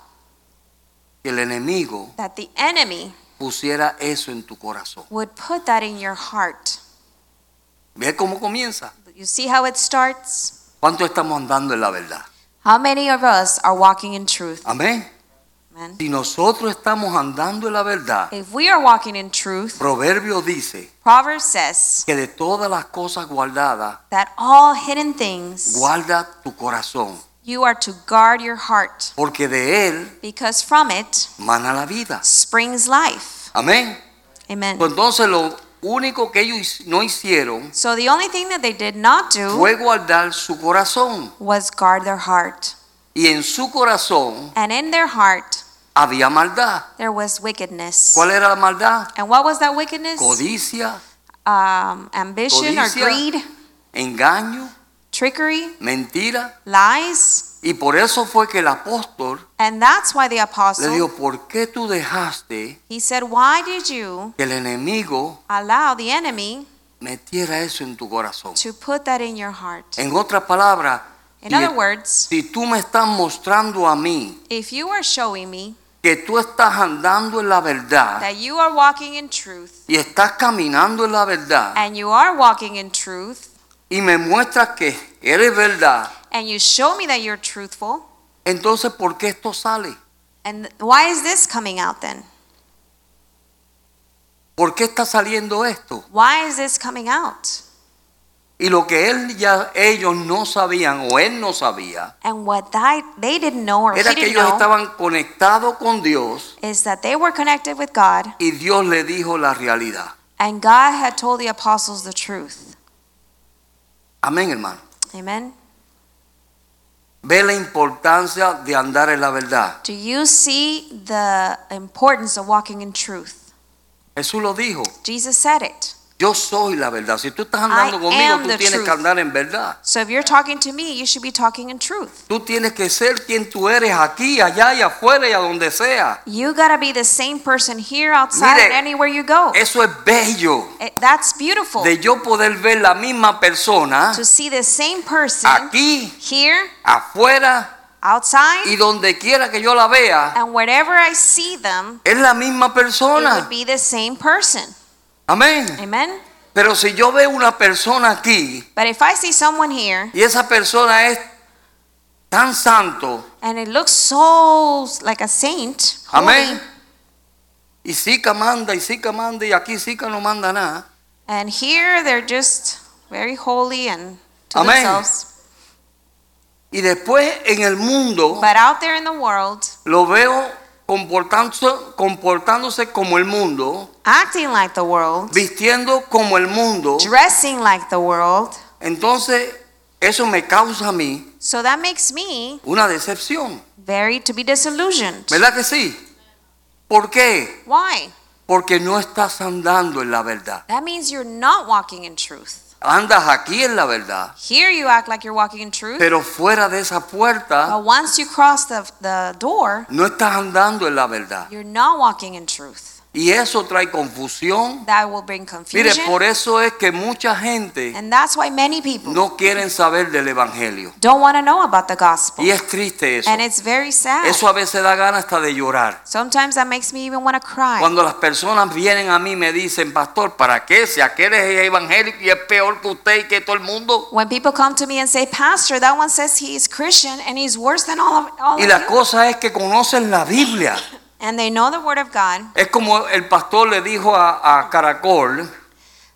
Speaker 2: que el enemigo
Speaker 3: that the enemy
Speaker 2: pusiera eso en tu corazón?
Speaker 3: would put that in your heart?
Speaker 2: Ve cómo comienza.
Speaker 3: You see how it starts?
Speaker 2: ¿Cuánto estamos andando en la verdad?
Speaker 3: How many of us are walking in truth?
Speaker 2: Amén.
Speaker 3: Amen.
Speaker 2: Si nosotros estamos andando en la verdad,
Speaker 3: If we are walking in truth,
Speaker 2: Proverbio dice
Speaker 3: Proverbs says
Speaker 2: que de todas las cosas guardadas,
Speaker 3: that all hidden things
Speaker 2: guarda tu corazón,
Speaker 3: you are to guard your heart
Speaker 2: porque de él
Speaker 3: because from it
Speaker 2: mana la vida.
Speaker 3: springs life.
Speaker 2: Amén.
Speaker 3: Amen.
Speaker 2: Pues Entonces lo único que ellos no hicieron
Speaker 3: So the only thing that they did not do
Speaker 2: fue guardar su corazón.
Speaker 3: was guard their heart.
Speaker 2: Y en su corazón
Speaker 3: And in their heart
Speaker 2: había maldad.
Speaker 3: there was wickedness.
Speaker 2: ¿Cuál era la maldad?
Speaker 3: And what was that wickedness?
Speaker 2: Codicia,
Speaker 3: Um, ambition or
Speaker 2: Codicia.
Speaker 3: greed,
Speaker 2: engaño,
Speaker 3: trickery,
Speaker 2: mentira.
Speaker 3: lies.
Speaker 2: Y por eso fue que el apóstol
Speaker 3: And that's why the
Speaker 2: le
Speaker 3: apostle,
Speaker 2: dijo, ¿por qué tú dejaste
Speaker 3: he said, why did you
Speaker 2: que el enemigo
Speaker 3: allow the enemy
Speaker 2: metiera eso en tu corazón?
Speaker 3: to put that in your heart.
Speaker 2: En otras palabras,
Speaker 3: In
Speaker 2: y-
Speaker 3: other words,
Speaker 2: si tú me estás mostrando a mí
Speaker 3: if you are showing me
Speaker 2: que tú estás andando en la verdad
Speaker 3: that you are walking in truth
Speaker 2: y estás caminando en la verdad
Speaker 3: and you are walking in truth
Speaker 2: y me muestras que eres verdad,
Speaker 3: and you show me that you're truthful,
Speaker 2: entonces ¿por qué esto sale?
Speaker 3: and why is this coming out then?
Speaker 2: ¿Por qué está saliendo esto?
Speaker 3: Why is this coming out?
Speaker 2: Y lo que él ya ellos no sabían o él no sabía
Speaker 3: And what thy- they didn't know or he
Speaker 2: era que
Speaker 3: didn't
Speaker 2: ellos
Speaker 3: know
Speaker 2: estaban conectados con Dios
Speaker 3: is that they were connected with God
Speaker 2: y Dios le dijo la realidad.
Speaker 3: and God had told the apostles the truth.
Speaker 2: Amén, hermano.
Speaker 3: Amen.
Speaker 2: Ve la importancia de andar en la verdad.
Speaker 3: Do you see the importance of walking in truth?
Speaker 2: Jesús lo dijo.
Speaker 3: Jesus said it.
Speaker 2: Yo soy la verdad. Si tú estás andando
Speaker 3: I
Speaker 2: conmigo,
Speaker 3: am
Speaker 2: tú
Speaker 3: the
Speaker 2: tienes
Speaker 3: truth.
Speaker 2: que andar en verdad.
Speaker 3: So if you're talking to me, you should be talking in truth.
Speaker 2: Tú tienes que ser quien tú eres aquí, allá y afuera y a donde sea.
Speaker 3: You gotta be the same person here, outside,
Speaker 2: Mire,
Speaker 3: and anywhere you go.
Speaker 2: Eso es bello.
Speaker 3: It- that's beautiful
Speaker 2: De yo poder ver la misma persona
Speaker 3: to see the same person
Speaker 2: aquí,
Speaker 3: here,
Speaker 2: afuera
Speaker 3: outside,
Speaker 2: y donde quiera que yo la vea.
Speaker 3: and wherever I see them,
Speaker 2: Es la misma
Speaker 3: it would
Speaker 2: persona.
Speaker 3: be the same person.
Speaker 2: Amén.
Speaker 3: Amen.
Speaker 2: Pero si yo veo una persona aquí
Speaker 3: But if I see someone here
Speaker 2: y esa persona es tan santo,
Speaker 3: and it looks so like a saint, holy,
Speaker 2: Amén. Y Sica manda, y Sica manda, y aquí Sica no manda nada.
Speaker 3: and here they're just very holy and to
Speaker 2: Amén.
Speaker 3: themselves,
Speaker 2: Y después en el mundo
Speaker 3: but out there in the world,
Speaker 2: lo veo comportándose, comportándose como el mundo,
Speaker 3: acting like the world,
Speaker 2: vistiendo como el mundo.
Speaker 3: dressing like the world.
Speaker 2: Entonces eso me causa a mí
Speaker 3: So that makes me
Speaker 2: una decepción.
Speaker 3: very to be disillusioned.
Speaker 2: ¿Verdad que sí? ¿Por qué?
Speaker 3: Why?
Speaker 2: Porque no estás andando en la verdad.
Speaker 3: That means you're not walking in truth.
Speaker 2: Andas aquí en la verdad,
Speaker 3: Here you act like you're walking in truth,
Speaker 2: pero fuera de esa puerta
Speaker 3: but once you cross the, the door,
Speaker 2: no estás andando en la verdad.
Speaker 3: you're not walking in truth.
Speaker 2: Y eso trae confusión,
Speaker 3: That will bring
Speaker 2: Mire,
Speaker 3: confusion.
Speaker 2: por eso es que mucha gente
Speaker 3: And that's why many people
Speaker 2: no quieren saber del evangelio.
Speaker 3: don't want to know about the gospel.
Speaker 2: Y es triste eso.
Speaker 3: And it's very sad.
Speaker 2: Eso a veces da ganas hasta de llorar.
Speaker 3: Sometimes that makes me even want to cry.
Speaker 2: Cuando las personas vienen a mí y me dicen, pastor, ¿para qué? Si aquel es evangélico y es peor que usted y que todo el mundo.
Speaker 3: when people come to me and say, Pastor, that one says he is Christian and he's worse than all of, all
Speaker 2: Y
Speaker 3: of
Speaker 2: la
Speaker 3: you.
Speaker 2: cosa es que conocen la Biblia.
Speaker 3: And they know the word of God.
Speaker 2: Es como el pastor le dijo a, a Caracol,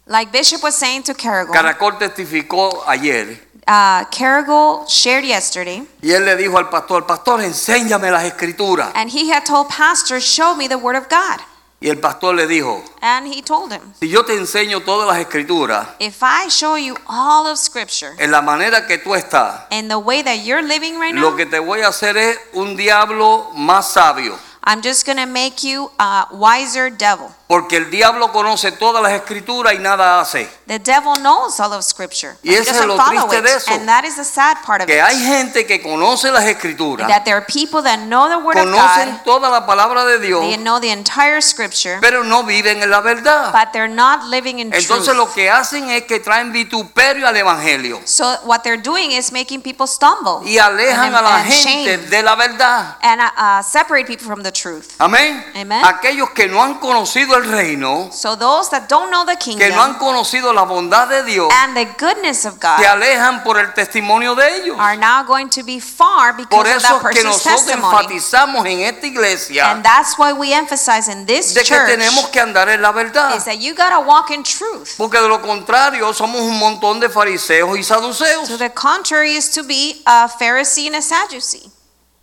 Speaker 3: Like Bishop was saying to Carrigal.
Speaker 2: Caracol testificó ayer,
Speaker 3: uh, Carrigal shared yesterday,
Speaker 2: y él le dijo al pastor, pastor, enséñame las escrituras.
Speaker 3: and he had told Pastor, "Show me the Word of God."
Speaker 2: Y el pastor le dijo,
Speaker 3: And he told him,
Speaker 2: si yo te enseño todas las escrituras,
Speaker 3: If I show you all of Scripture
Speaker 2: en la manera que tú estás,
Speaker 3: and the way that you're living right
Speaker 2: lo
Speaker 3: now,
Speaker 2: que te voy a hacer es un diablo más sabio.
Speaker 3: I'm just going to make you a wiser devil.
Speaker 2: Porque el diablo conoce todas las escrituras y nada hace.
Speaker 3: The devil knows all of Scripture.
Speaker 2: Y
Speaker 3: but he
Speaker 2: ese es
Speaker 3: doesn't
Speaker 2: lo
Speaker 3: follow
Speaker 2: triste
Speaker 3: it.
Speaker 2: de eso.
Speaker 3: And that is the sad part of
Speaker 2: Que
Speaker 3: it.
Speaker 2: hay gente que conoce las escrituras,
Speaker 3: That there are people that know the Word of God,
Speaker 2: conocen toda la palabra de Dios,
Speaker 3: they know the entire Scripture,
Speaker 2: pero no viven en la verdad.
Speaker 3: but they're not living in
Speaker 2: Entonces
Speaker 3: truth.
Speaker 2: lo que hacen es que traen vituperio al evangelio
Speaker 3: So what they're doing is making people stumble
Speaker 2: y alejan
Speaker 3: and,
Speaker 2: a la
Speaker 3: and
Speaker 2: gente
Speaker 3: shame
Speaker 2: de la verdad.
Speaker 3: and uh, uh, separate people from the truth.
Speaker 2: Amén.
Speaker 3: Amen.
Speaker 2: Aquellos que no han conocido el reino,
Speaker 3: So those that don't know the
Speaker 2: que
Speaker 3: kingdom
Speaker 2: no han conocido la bondad de Dios,
Speaker 3: and the goodness of God
Speaker 2: se alejan por el testimonio de ellos.
Speaker 3: Ah. are now going to be far because
Speaker 2: Por
Speaker 3: of that
Speaker 2: eso es que
Speaker 3: person's
Speaker 2: nosotros
Speaker 3: testimony.
Speaker 2: enfatizamos en esta iglesia
Speaker 3: And that's why we emphasize in this
Speaker 2: de que
Speaker 3: church
Speaker 2: tenemos que andar en la verdad.
Speaker 3: is that you gotta walk in truth.
Speaker 2: Porque de lo contrario somos un montón de fariseos y
Speaker 3: To
Speaker 2: saduceos.
Speaker 3: the contrary is to be a Pharisee and a Sadducee.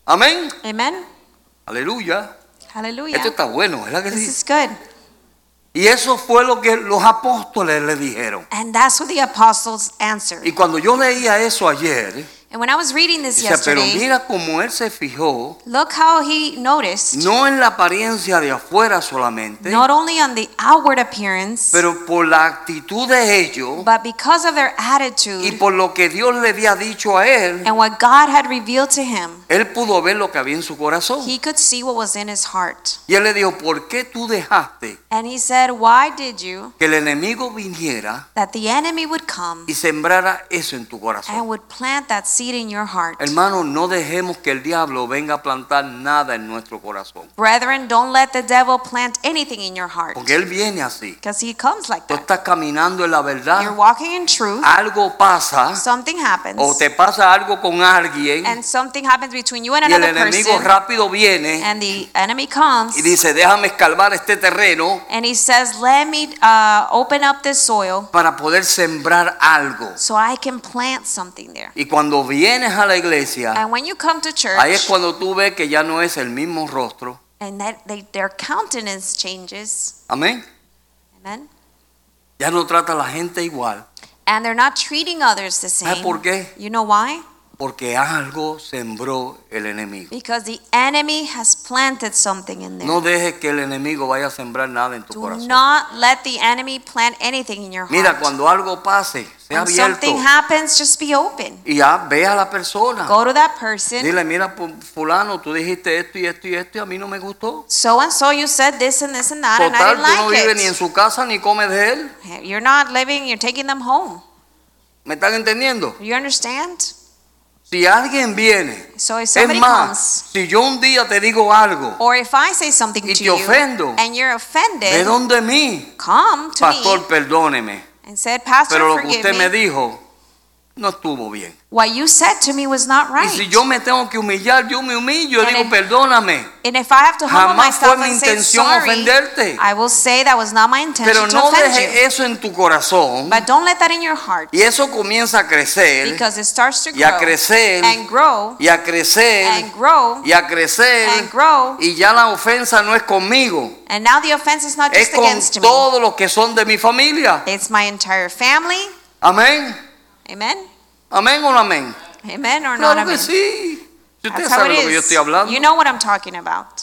Speaker 2: Amén.
Speaker 3: Amen.
Speaker 2: Aleluya.
Speaker 3: Hallelujah.
Speaker 2: Esto está bueno, ¿verdad que
Speaker 3: This
Speaker 2: sí?
Speaker 3: is good.
Speaker 2: Y eso fue lo que los apóstoles le dijeron.
Speaker 3: And that's what the apostles answered.
Speaker 2: Y cuando yo leía eso ayer,
Speaker 3: And when I was reading this
Speaker 2: decía, pero
Speaker 3: yesterday,
Speaker 2: mira cómo él se fijó,
Speaker 3: look how he noticed.
Speaker 2: no en la apariencia de afuera solamente,
Speaker 3: not only on the outward appearance,
Speaker 2: pero por la actitud de ellos
Speaker 3: but because of their
Speaker 2: y
Speaker 3: attitude
Speaker 2: por lo que Dios le había dicho a él,
Speaker 3: and what God had revealed to him,
Speaker 2: él pudo ver lo que había en su corazón.
Speaker 3: he could see what was in his heart.
Speaker 2: Y él le dijo, ¿por qué tú dejaste
Speaker 3: And he said, Why did you
Speaker 2: que el enemigo viniera
Speaker 3: that the enemy would come
Speaker 2: y sembrara eso en tu
Speaker 3: and
Speaker 2: corazón?
Speaker 3: would plant that seed in your heart?
Speaker 2: Hermano, no dejemos que el diablo venga a plantar nada en nuestro corazón.
Speaker 3: Brethren, don't let the devil plant anything in your heart
Speaker 2: Porque él Ah. viene así.
Speaker 3: because he comes like
Speaker 2: Tú
Speaker 3: that.
Speaker 2: estás caminando en la
Speaker 3: You're
Speaker 2: verdad,
Speaker 3: walking in truth,
Speaker 2: algo pasa
Speaker 3: something happens,
Speaker 2: Ah. o te pasa algo con alguien
Speaker 3: and something happens between you and
Speaker 2: y el
Speaker 3: another
Speaker 2: enemigo
Speaker 3: person,
Speaker 2: rápido viene
Speaker 3: and the enemy comes
Speaker 2: y dice, déjame escalvar este terreno
Speaker 3: and he says, Let me uh, open up this soil.
Speaker 2: para poder sembrar algo.
Speaker 3: so I can plant something there.
Speaker 2: Y cuando vienes a la iglesia,
Speaker 3: And when you come to church,
Speaker 2: ahí es cuando tú ves que ya no es el mismo rostro.
Speaker 3: and that they, their countenance changes,
Speaker 2: Amén.
Speaker 3: amen,
Speaker 2: Ya no trata a la gente igual,
Speaker 3: and they're not treating others the
Speaker 2: ¿Sabe
Speaker 3: same.
Speaker 2: Ah, por qué?
Speaker 3: You know why?
Speaker 2: porque algo sembró el enemigo.
Speaker 3: Because the enemy has planted something in there.
Speaker 2: No dejes que el enemigo vaya a sembrar nada en tu
Speaker 3: Do
Speaker 2: corazón.
Speaker 3: not let the enemy plant anything in your
Speaker 2: Mira,
Speaker 3: heart.
Speaker 2: cuando algo pase, sea
Speaker 3: when
Speaker 2: abierto
Speaker 3: something happens, just be open.
Speaker 2: y ya ve a la persona.
Speaker 3: Go to that person.
Speaker 2: Ah. Dile, mira, pu- fulano, tú dijiste esto y esto y esto y a mí no me gustó.
Speaker 3: So and so, you said this and this and that, and
Speaker 2: Total, tú no
Speaker 3: I
Speaker 2: vives
Speaker 3: didn't
Speaker 2: ni
Speaker 3: like
Speaker 2: en su casa ni comes de él.
Speaker 3: it. You're not living. You're taking them home.
Speaker 2: ¿Me están entendiendo?
Speaker 3: You understand?
Speaker 2: Si alguien viene,
Speaker 3: So if
Speaker 2: es
Speaker 3: somebody
Speaker 2: más,
Speaker 3: comes,
Speaker 2: si yo un día te digo algo,
Speaker 3: Or if I say something
Speaker 2: Y
Speaker 3: to
Speaker 2: te
Speaker 3: you
Speaker 2: ofendo.
Speaker 3: and you're
Speaker 2: ve
Speaker 3: offended,
Speaker 2: donde mí,
Speaker 3: come to
Speaker 2: pastor,
Speaker 3: me
Speaker 2: perdóneme,
Speaker 3: and said, Pastor,
Speaker 2: pero lo que
Speaker 3: forgive
Speaker 2: usted me
Speaker 3: me.
Speaker 2: dijo no estuvo bien.
Speaker 3: What you said to me was not
Speaker 2: Y
Speaker 3: right.
Speaker 2: si yo me tengo que humillar, yo me humillo. Yo
Speaker 3: And
Speaker 2: digo,
Speaker 3: if-
Speaker 2: perdóname.
Speaker 3: and if I have to humble
Speaker 2: Jamás fue
Speaker 3: myself
Speaker 2: mi
Speaker 3: and say
Speaker 2: intención
Speaker 3: sorry,
Speaker 2: ofenderte.
Speaker 3: I will say that was not my
Speaker 2: Pero
Speaker 3: intention to
Speaker 2: no
Speaker 3: offend you.
Speaker 2: deje eso en tu corazón.
Speaker 3: But don't let that in your heart
Speaker 2: Y eso comienza a crecer,
Speaker 3: because it starts to
Speaker 2: y a
Speaker 3: grow
Speaker 2: crecer,
Speaker 3: and grow
Speaker 2: y a crecer,
Speaker 3: and grow
Speaker 2: y a crecer.
Speaker 3: and grow.
Speaker 2: Y ya la ofensa no es conmigo,
Speaker 3: And now the offense is not
Speaker 2: es
Speaker 3: just against
Speaker 2: con
Speaker 3: me.
Speaker 2: todos los que son de mi familia.
Speaker 3: It's my entire family.
Speaker 2: Amén.
Speaker 3: Amen?
Speaker 2: Amén o no amén.
Speaker 3: Amen or not
Speaker 2: Claro que
Speaker 3: amen?
Speaker 2: sí. Si ustedes
Speaker 3: That's how
Speaker 2: saben
Speaker 3: it
Speaker 2: lo que yo
Speaker 3: is.
Speaker 2: estoy hablando,
Speaker 3: You know what I'm talking about.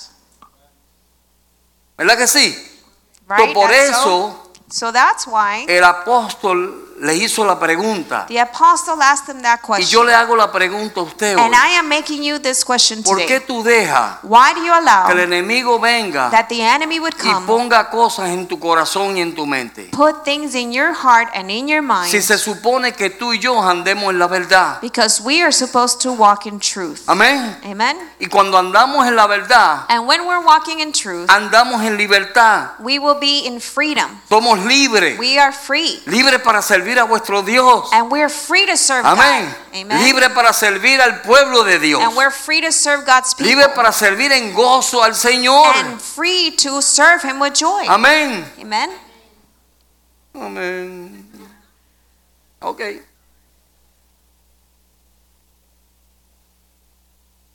Speaker 2: ¿verdad que sí? Pues
Speaker 3: Right?
Speaker 2: por
Speaker 3: That's so-
Speaker 2: eso
Speaker 3: So that's why
Speaker 2: el apóstol le hizo la pregunta.
Speaker 3: the apostle asked them that
Speaker 2: Y yo
Speaker 3: question.
Speaker 2: le hago la pregunta a usted hoy.
Speaker 3: And I am making you this question
Speaker 2: ¿Por qué
Speaker 3: today.
Speaker 2: tú dejas
Speaker 3: Why do you
Speaker 2: que el
Speaker 3: allow
Speaker 2: enemigo venga
Speaker 3: that the enemy would
Speaker 2: y
Speaker 3: come,
Speaker 2: ponga cosas en tu corazón y en tu mente?
Speaker 3: put things in your heart and in your
Speaker 2: Si
Speaker 3: mind?
Speaker 2: se supone que tú y yo andemos en la verdad.
Speaker 3: Because we are supposed to walk in truth.
Speaker 2: Amén.
Speaker 3: Amen?
Speaker 2: Y cuando andamos en la verdad,
Speaker 3: And when we're walking in truth,
Speaker 2: andamos en libertad.
Speaker 3: we will be in freedom.
Speaker 2: Somos libres.
Speaker 3: We are free.
Speaker 2: Libres para servir a vuestro Dios.
Speaker 3: And we're free to serve
Speaker 2: Amén.
Speaker 3: God. Amen?
Speaker 2: Libres para servir al pueblo de Dios.
Speaker 3: And we're free to serve God's people.
Speaker 2: Libres para servir en gozo al Señor.
Speaker 3: And free to serve Him with joy.
Speaker 2: Amén.
Speaker 3: Amen?
Speaker 2: Amén. Ok.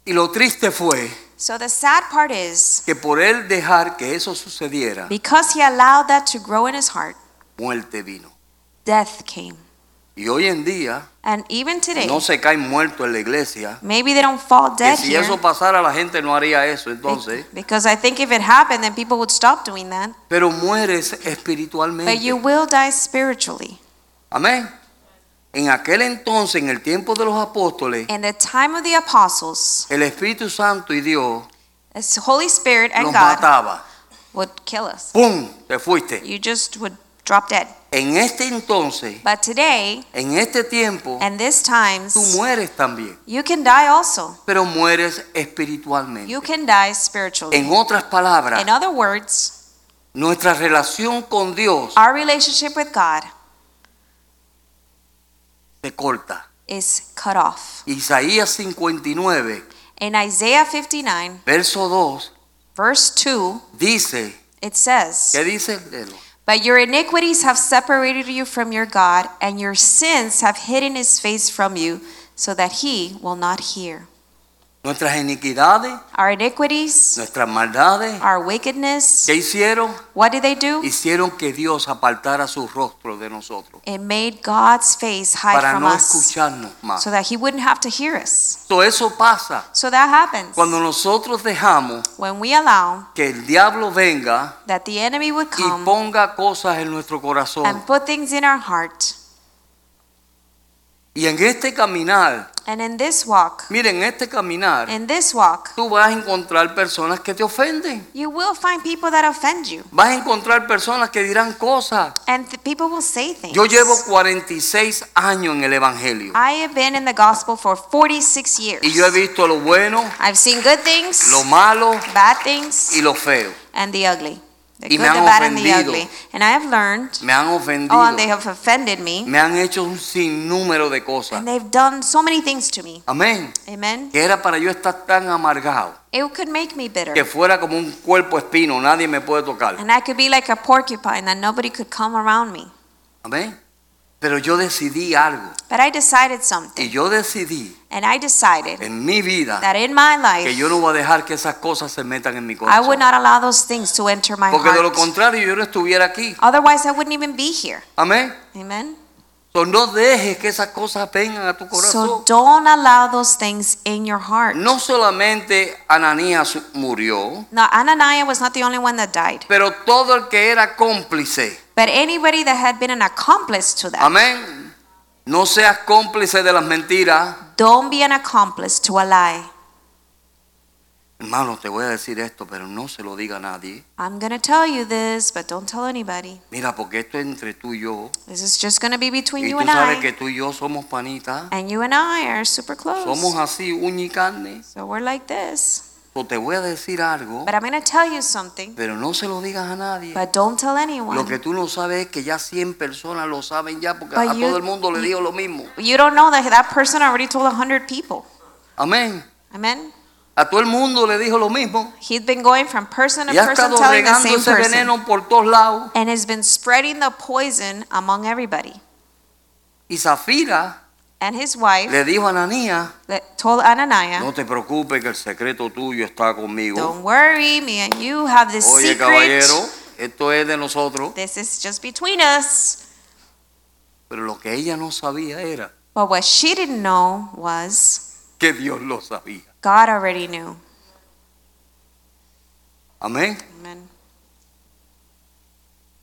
Speaker 2: Y lo triste fue
Speaker 3: So the sad part is,
Speaker 2: que por él dejar que eso sucediera,
Speaker 3: because he allowed that to grow in his heart,
Speaker 2: muerte vino.
Speaker 3: death came.
Speaker 2: Y hoy en día
Speaker 3: And even today,
Speaker 2: no se caen muertos en la iglesia.
Speaker 3: maybe they don't fall
Speaker 2: Que
Speaker 3: dead
Speaker 2: si
Speaker 3: here.
Speaker 2: eso pasara la gente no haría eso, entonces.
Speaker 3: Because I think if it happened, then people would stop doing that.
Speaker 2: Pero mueres
Speaker 3: But you
Speaker 2: espiritualmente.
Speaker 3: will die spiritually.
Speaker 2: Amén. En aquel entonces, en el tiempo de los apóstoles,
Speaker 3: In the time of the apostles,
Speaker 2: el Espíritu Santo y Dios
Speaker 3: the Holy Spirit and
Speaker 2: los
Speaker 3: God
Speaker 2: mataba.
Speaker 3: would kill us.
Speaker 2: ¡Pum! Te fuiste.
Speaker 3: You just would drop dead.
Speaker 2: En este entonces,
Speaker 3: But today,
Speaker 2: en este tiempo,
Speaker 3: and this
Speaker 2: tú
Speaker 3: times,
Speaker 2: mueres también.
Speaker 3: you can die also.
Speaker 2: Pero mueres
Speaker 3: You
Speaker 2: espiritualmente.
Speaker 3: can die spiritually.
Speaker 2: En otras palabras,
Speaker 3: In other words,
Speaker 2: nuestra relación con Dios
Speaker 3: our relationship with God
Speaker 2: se corta.
Speaker 3: is cut off.
Speaker 2: Isaías 59,
Speaker 3: In Isaiah 59,
Speaker 2: verso 2,
Speaker 3: verse 2,
Speaker 2: dice,
Speaker 3: it says,
Speaker 2: ¿qué dice? Léelo.
Speaker 3: But your iniquities have separated you from your God, and your sins have hidden his face from you, so that he will not hear.
Speaker 2: Nuestras iniquidades,
Speaker 3: Our iniquities,
Speaker 2: nuestras maldades,
Speaker 3: our wickedness,
Speaker 2: ¿qué hicieron?
Speaker 3: what did they do?
Speaker 2: Hicieron que Dios apartara su rostro de nosotros
Speaker 3: It made God's face hide
Speaker 2: para
Speaker 3: from
Speaker 2: no
Speaker 3: us,
Speaker 2: escucharnos más.
Speaker 3: so that he wouldn't have to hear us.
Speaker 2: So, eso pasa
Speaker 3: So that happens
Speaker 2: cuando nosotros dejamos
Speaker 3: when we allow
Speaker 2: que el diablo venga
Speaker 3: that the enemy would
Speaker 2: y
Speaker 3: come
Speaker 2: ponga cosas en nuestro corazón.
Speaker 3: and put things in our heart.
Speaker 2: Y en este caminar,
Speaker 3: And in this walk,
Speaker 2: miren, en este caminar,
Speaker 3: in this walk,
Speaker 2: tú vas a encontrar personas que te ofenden.
Speaker 3: you will find people that offend you,
Speaker 2: Vas a encontrar personas que dirán cosas.
Speaker 3: and th- people will say things.
Speaker 2: Yo llevo 46 años en el Evangelio
Speaker 3: I have been in the gospel for 46 years.
Speaker 2: y yo he visto lo bueno,
Speaker 3: I've seen good things,
Speaker 2: lo malo
Speaker 3: bad
Speaker 2: y
Speaker 3: things,
Speaker 2: lo feo.
Speaker 3: and the ugly. The
Speaker 2: Y
Speaker 3: good,
Speaker 2: me
Speaker 3: the
Speaker 2: han
Speaker 3: bad, and the
Speaker 2: ofendido.
Speaker 3: ugly. And I have learned,
Speaker 2: Me han
Speaker 3: oh, and they
Speaker 2: ofendido,
Speaker 3: have offended me,
Speaker 2: me han hecho un sinnúmero de cosas.
Speaker 3: and they've done so many things to me.
Speaker 2: Amén.
Speaker 3: Amen.
Speaker 2: Que era para yo estar tan amargado
Speaker 3: It could make me bitter,
Speaker 2: que fuera como un cuerpo espino, nadie me puede tocar.
Speaker 3: and I could be like a porcupine that nobody could come around me.
Speaker 2: Amén. Pero yo decidí algo
Speaker 3: But I decided
Speaker 2: y
Speaker 3: something,
Speaker 2: yo decidí
Speaker 3: and I decided
Speaker 2: en mi vida
Speaker 3: that in my
Speaker 2: que yo
Speaker 3: life,
Speaker 2: no voy a dejar que esas cosas se metan en mi
Speaker 3: I would
Speaker 2: corazón.
Speaker 3: not allow those things to enter my
Speaker 2: Porque de lo
Speaker 3: heart.
Speaker 2: contrario yo no estuviera aquí.
Speaker 3: Otherwise, I wouldn't even be here.
Speaker 2: Amén.
Speaker 3: Amen.
Speaker 2: So, no dejes que esas cosas vengan a tu
Speaker 3: So
Speaker 2: corazón.
Speaker 3: don't allow those things in your heart.
Speaker 2: no solamente Ananías murió,
Speaker 3: Now, Ananias was not the only one that died,
Speaker 2: pero todo el que era cómplice.
Speaker 3: but anybody that had been an accomplice to that.
Speaker 2: Amén. No seas cómplice de las mentiras.
Speaker 3: Don't be an accomplice to a lie.
Speaker 2: Hermano, te voy a decir esto, pero no se lo diga a nadie.
Speaker 3: I'm going to tell you this, but don't tell anybody.
Speaker 2: Mira, porque esto es entre tú y yo.
Speaker 3: This is just going to be between
Speaker 2: Y
Speaker 3: you
Speaker 2: tú
Speaker 3: and
Speaker 2: sabes
Speaker 3: I.
Speaker 2: que tú y yo somos panitas.
Speaker 3: and you and I are super close.
Speaker 2: Somos así, uña y carne.
Speaker 3: so we're like this.
Speaker 2: So, te voy a decir algo,
Speaker 3: But I'm going to tell you something,
Speaker 2: pero no se lo digas a nadie.
Speaker 3: but don't tell
Speaker 2: Lo
Speaker 3: anyone.
Speaker 2: que tú no sabes es que ya 100 personas lo saben ya, porque
Speaker 3: But
Speaker 2: a
Speaker 3: you-
Speaker 2: todo el mundo le
Speaker 3: you-
Speaker 2: digo lo mismo.
Speaker 3: You don't know that that person already told 100 people.
Speaker 2: Amén.
Speaker 3: Amen.
Speaker 2: A todo el mundo le dijo lo mismo.
Speaker 3: He's been going from person to
Speaker 2: Y ha
Speaker 3: person
Speaker 2: estado
Speaker 3: telling the
Speaker 2: regando
Speaker 3: same
Speaker 2: ese
Speaker 3: person.
Speaker 2: veneno por todos lados.
Speaker 3: and has been spreading the poison among everybody.
Speaker 2: Y Zafira
Speaker 3: And his wife
Speaker 2: le dijo a Ananías,
Speaker 3: le- told Ananias,
Speaker 2: no te preocupes que el secreto tuyo está conmigo.
Speaker 3: "Don't worry, me and you have this
Speaker 2: Oye,
Speaker 3: secret.
Speaker 2: caballero, esto es de nosotros.
Speaker 3: This is just between us."
Speaker 2: Pero lo que ella no sabía era
Speaker 3: But what she didn't know was
Speaker 2: que Dios lo sabía.
Speaker 3: God already knew.
Speaker 2: Amén.
Speaker 3: Amen.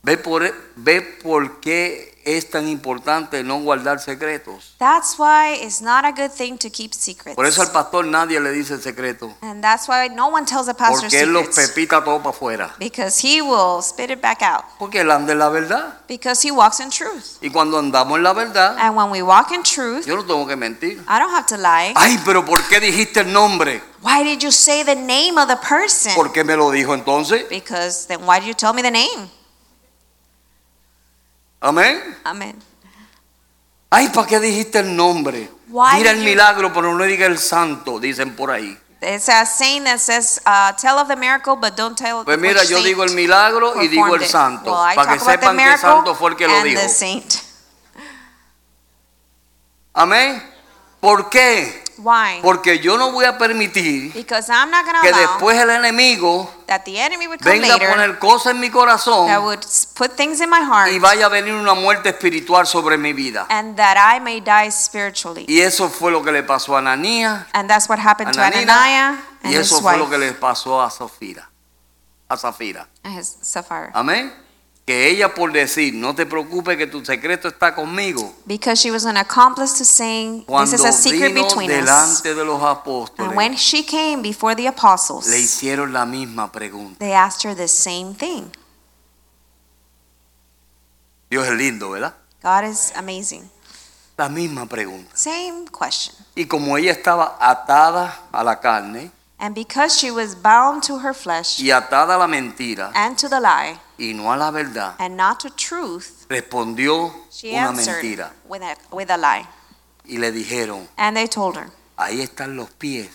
Speaker 2: Ve por, e, ve por qué es tan importante no guardar secretos.
Speaker 3: That's why it's not a good thing to keep secrets.
Speaker 2: Por eso al pastor nadie le dice el secreto.
Speaker 3: and that's why no one tells a pastor
Speaker 2: Porque él los
Speaker 3: secrets
Speaker 2: pepita todo para afuera.
Speaker 3: because he will spit it back out
Speaker 2: Porque él anda en la verdad.
Speaker 3: because he walks in truth.
Speaker 2: Y cuando andamos en la verdad,
Speaker 3: And when we walk in truth,
Speaker 2: yo no tengo que mentir.
Speaker 3: I don't have to lie.
Speaker 2: Ay, pero ¿por qué dijiste el nombre?
Speaker 3: Why did you say the name of the person?
Speaker 2: ¿Por qué me lo dijo entonces?
Speaker 3: Because then why did you tell me the name?
Speaker 2: Amén.
Speaker 3: Amen.
Speaker 2: Ay, ¿para qué dijiste el nombre?
Speaker 3: Why
Speaker 2: Mira el
Speaker 3: did you-
Speaker 2: milagro, pero no diga el santo, dicen por ahí.
Speaker 3: It's a saying that says, uh, tell of the miracle, but don't tell
Speaker 2: Pues mira,
Speaker 3: which
Speaker 2: yo
Speaker 3: saint
Speaker 2: digo el milagro y digo
Speaker 3: performed
Speaker 2: el
Speaker 3: it.
Speaker 2: santo,
Speaker 3: Well, I
Speaker 2: para que
Speaker 3: talk about the
Speaker 2: sepan que
Speaker 3: miracle
Speaker 2: santo fue el que lo
Speaker 3: and
Speaker 2: dijo.
Speaker 3: the saint.
Speaker 2: Amén. ¿Por qué?
Speaker 3: Why?
Speaker 2: Porque yo no voy a permitir
Speaker 3: Because I'm not going
Speaker 2: que
Speaker 3: to allow
Speaker 2: después el enemigo
Speaker 3: that the enemy would come
Speaker 2: venga a
Speaker 3: later
Speaker 2: poner cosas en mi
Speaker 3: that
Speaker 2: corazón
Speaker 3: would s- put things in my heart
Speaker 2: y vaya a venir una muerte espiritual sobre mi vida.
Speaker 3: and that I may die spiritually.
Speaker 2: Y eso fue lo que le pasó a Ananías,
Speaker 3: And that's what happened to
Speaker 2: Ananina,
Speaker 3: Ananiah
Speaker 2: y
Speaker 3: and his
Speaker 2: eso fue lo
Speaker 3: wife,
Speaker 2: que le pasó a Zafira. A Zafira.
Speaker 3: and his Sapphira.
Speaker 2: Amén. Que ella por decir, no te preocupes que tu secreto está conmigo.
Speaker 3: Because she was an accomplice to saying, This
Speaker 2: Cuando
Speaker 3: is a secret
Speaker 2: vino
Speaker 3: between us.
Speaker 2: delante de los
Speaker 3: And when
Speaker 2: apóstoles,
Speaker 3: she came before the apostles,
Speaker 2: le hicieron la misma pregunta.
Speaker 3: they asked her the same thing.
Speaker 2: Dios es lindo, ¿verdad?
Speaker 3: God is amazing.
Speaker 2: La misma pregunta.
Speaker 3: Same question.
Speaker 2: Y como ella estaba atada a la carne
Speaker 3: And because she was bound to her flesh
Speaker 2: y atada a la mentira
Speaker 3: and to the lie
Speaker 2: y no a la verdad,
Speaker 3: and not to truth,
Speaker 2: respondió
Speaker 3: she
Speaker 2: una
Speaker 3: answered
Speaker 2: mentira.
Speaker 3: with a, with a lie.
Speaker 2: Y le dijeron,
Speaker 3: And they told her,
Speaker 2: ahí están los pies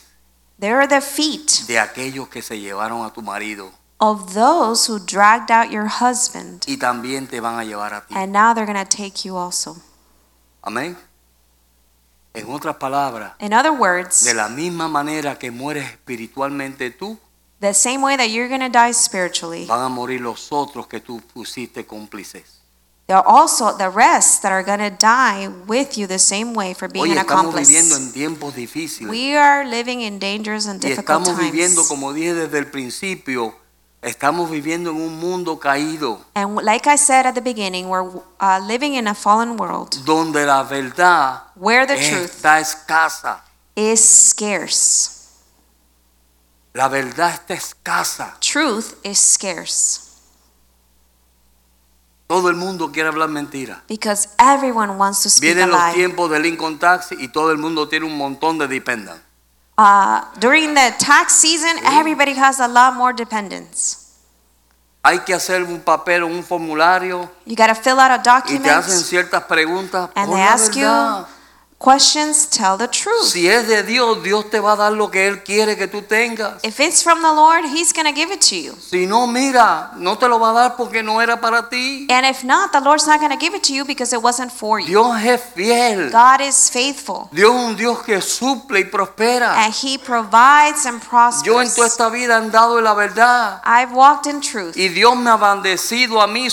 Speaker 3: There are the feet
Speaker 2: de aquellos que se llevaron a tu marido
Speaker 3: of those who dragged out your husband,
Speaker 2: y también te van a llevar a ti.
Speaker 3: and now they're going to take you also.
Speaker 2: Amén. En otras palabras,
Speaker 3: In other words,
Speaker 2: de la misma manera que mueres espiritualmente tú,
Speaker 3: the same way that you're going to die spiritually,
Speaker 2: van a morir los otros que tú pusiste cómplices.
Speaker 3: there are also the rest that are going to die with you the same way for being
Speaker 2: Hoy
Speaker 3: an
Speaker 2: estamos viviendo
Speaker 3: accomplice.
Speaker 2: en tiempos difíciles.
Speaker 3: We are living in dangerous and
Speaker 2: Y
Speaker 3: difficult
Speaker 2: estamos viviendo,
Speaker 3: times.
Speaker 2: como dije desde el principio, estamos viviendo en un mundo caído
Speaker 3: And like I said at the beginning, we're uh, living in a fallen world
Speaker 2: donde la verdad
Speaker 3: where the
Speaker 2: Eh.
Speaker 3: truth
Speaker 2: está escasa.
Speaker 3: is scarce.
Speaker 2: La verdad está escasa.
Speaker 3: Truth is scarce
Speaker 2: Todo el mundo quiere hablar mentira.
Speaker 3: because everyone wants to speak a
Speaker 2: Vienen los
Speaker 3: lie.
Speaker 2: tiempos del Lincoln Taxi y todo el mundo tiene un montón de dependan.
Speaker 3: Uh, during the tax season, everybody has a lot more dependence.
Speaker 2: Hay que hacer un papel o un formulario
Speaker 3: You got to fill out a
Speaker 2: y te hacen
Speaker 3: document,
Speaker 2: ciertas preguntas.
Speaker 3: And
Speaker 2: Pon
Speaker 3: they
Speaker 2: la
Speaker 3: ask you-
Speaker 2: verdad.
Speaker 3: questions, tell the truth.
Speaker 2: Si es de Dios, Dios te va a dar lo que Él quiere que tú tengas.
Speaker 3: If it's from the Lord, He's going to give it to you.
Speaker 2: Si no, mira, no te lo va a dar porque no era para ti.
Speaker 3: And if not, the Lord's not going to give it to you because it wasn't for you.
Speaker 2: Dios es fiel.
Speaker 3: God is faithful
Speaker 2: Dios es un Dios que suple y prospera.
Speaker 3: and He provides and
Speaker 2: Yo en toda
Speaker 3: prospers.
Speaker 2: esta vida he andado en la verdad.
Speaker 3: I've walked in truth
Speaker 2: Y Dios me ha bendecido a mí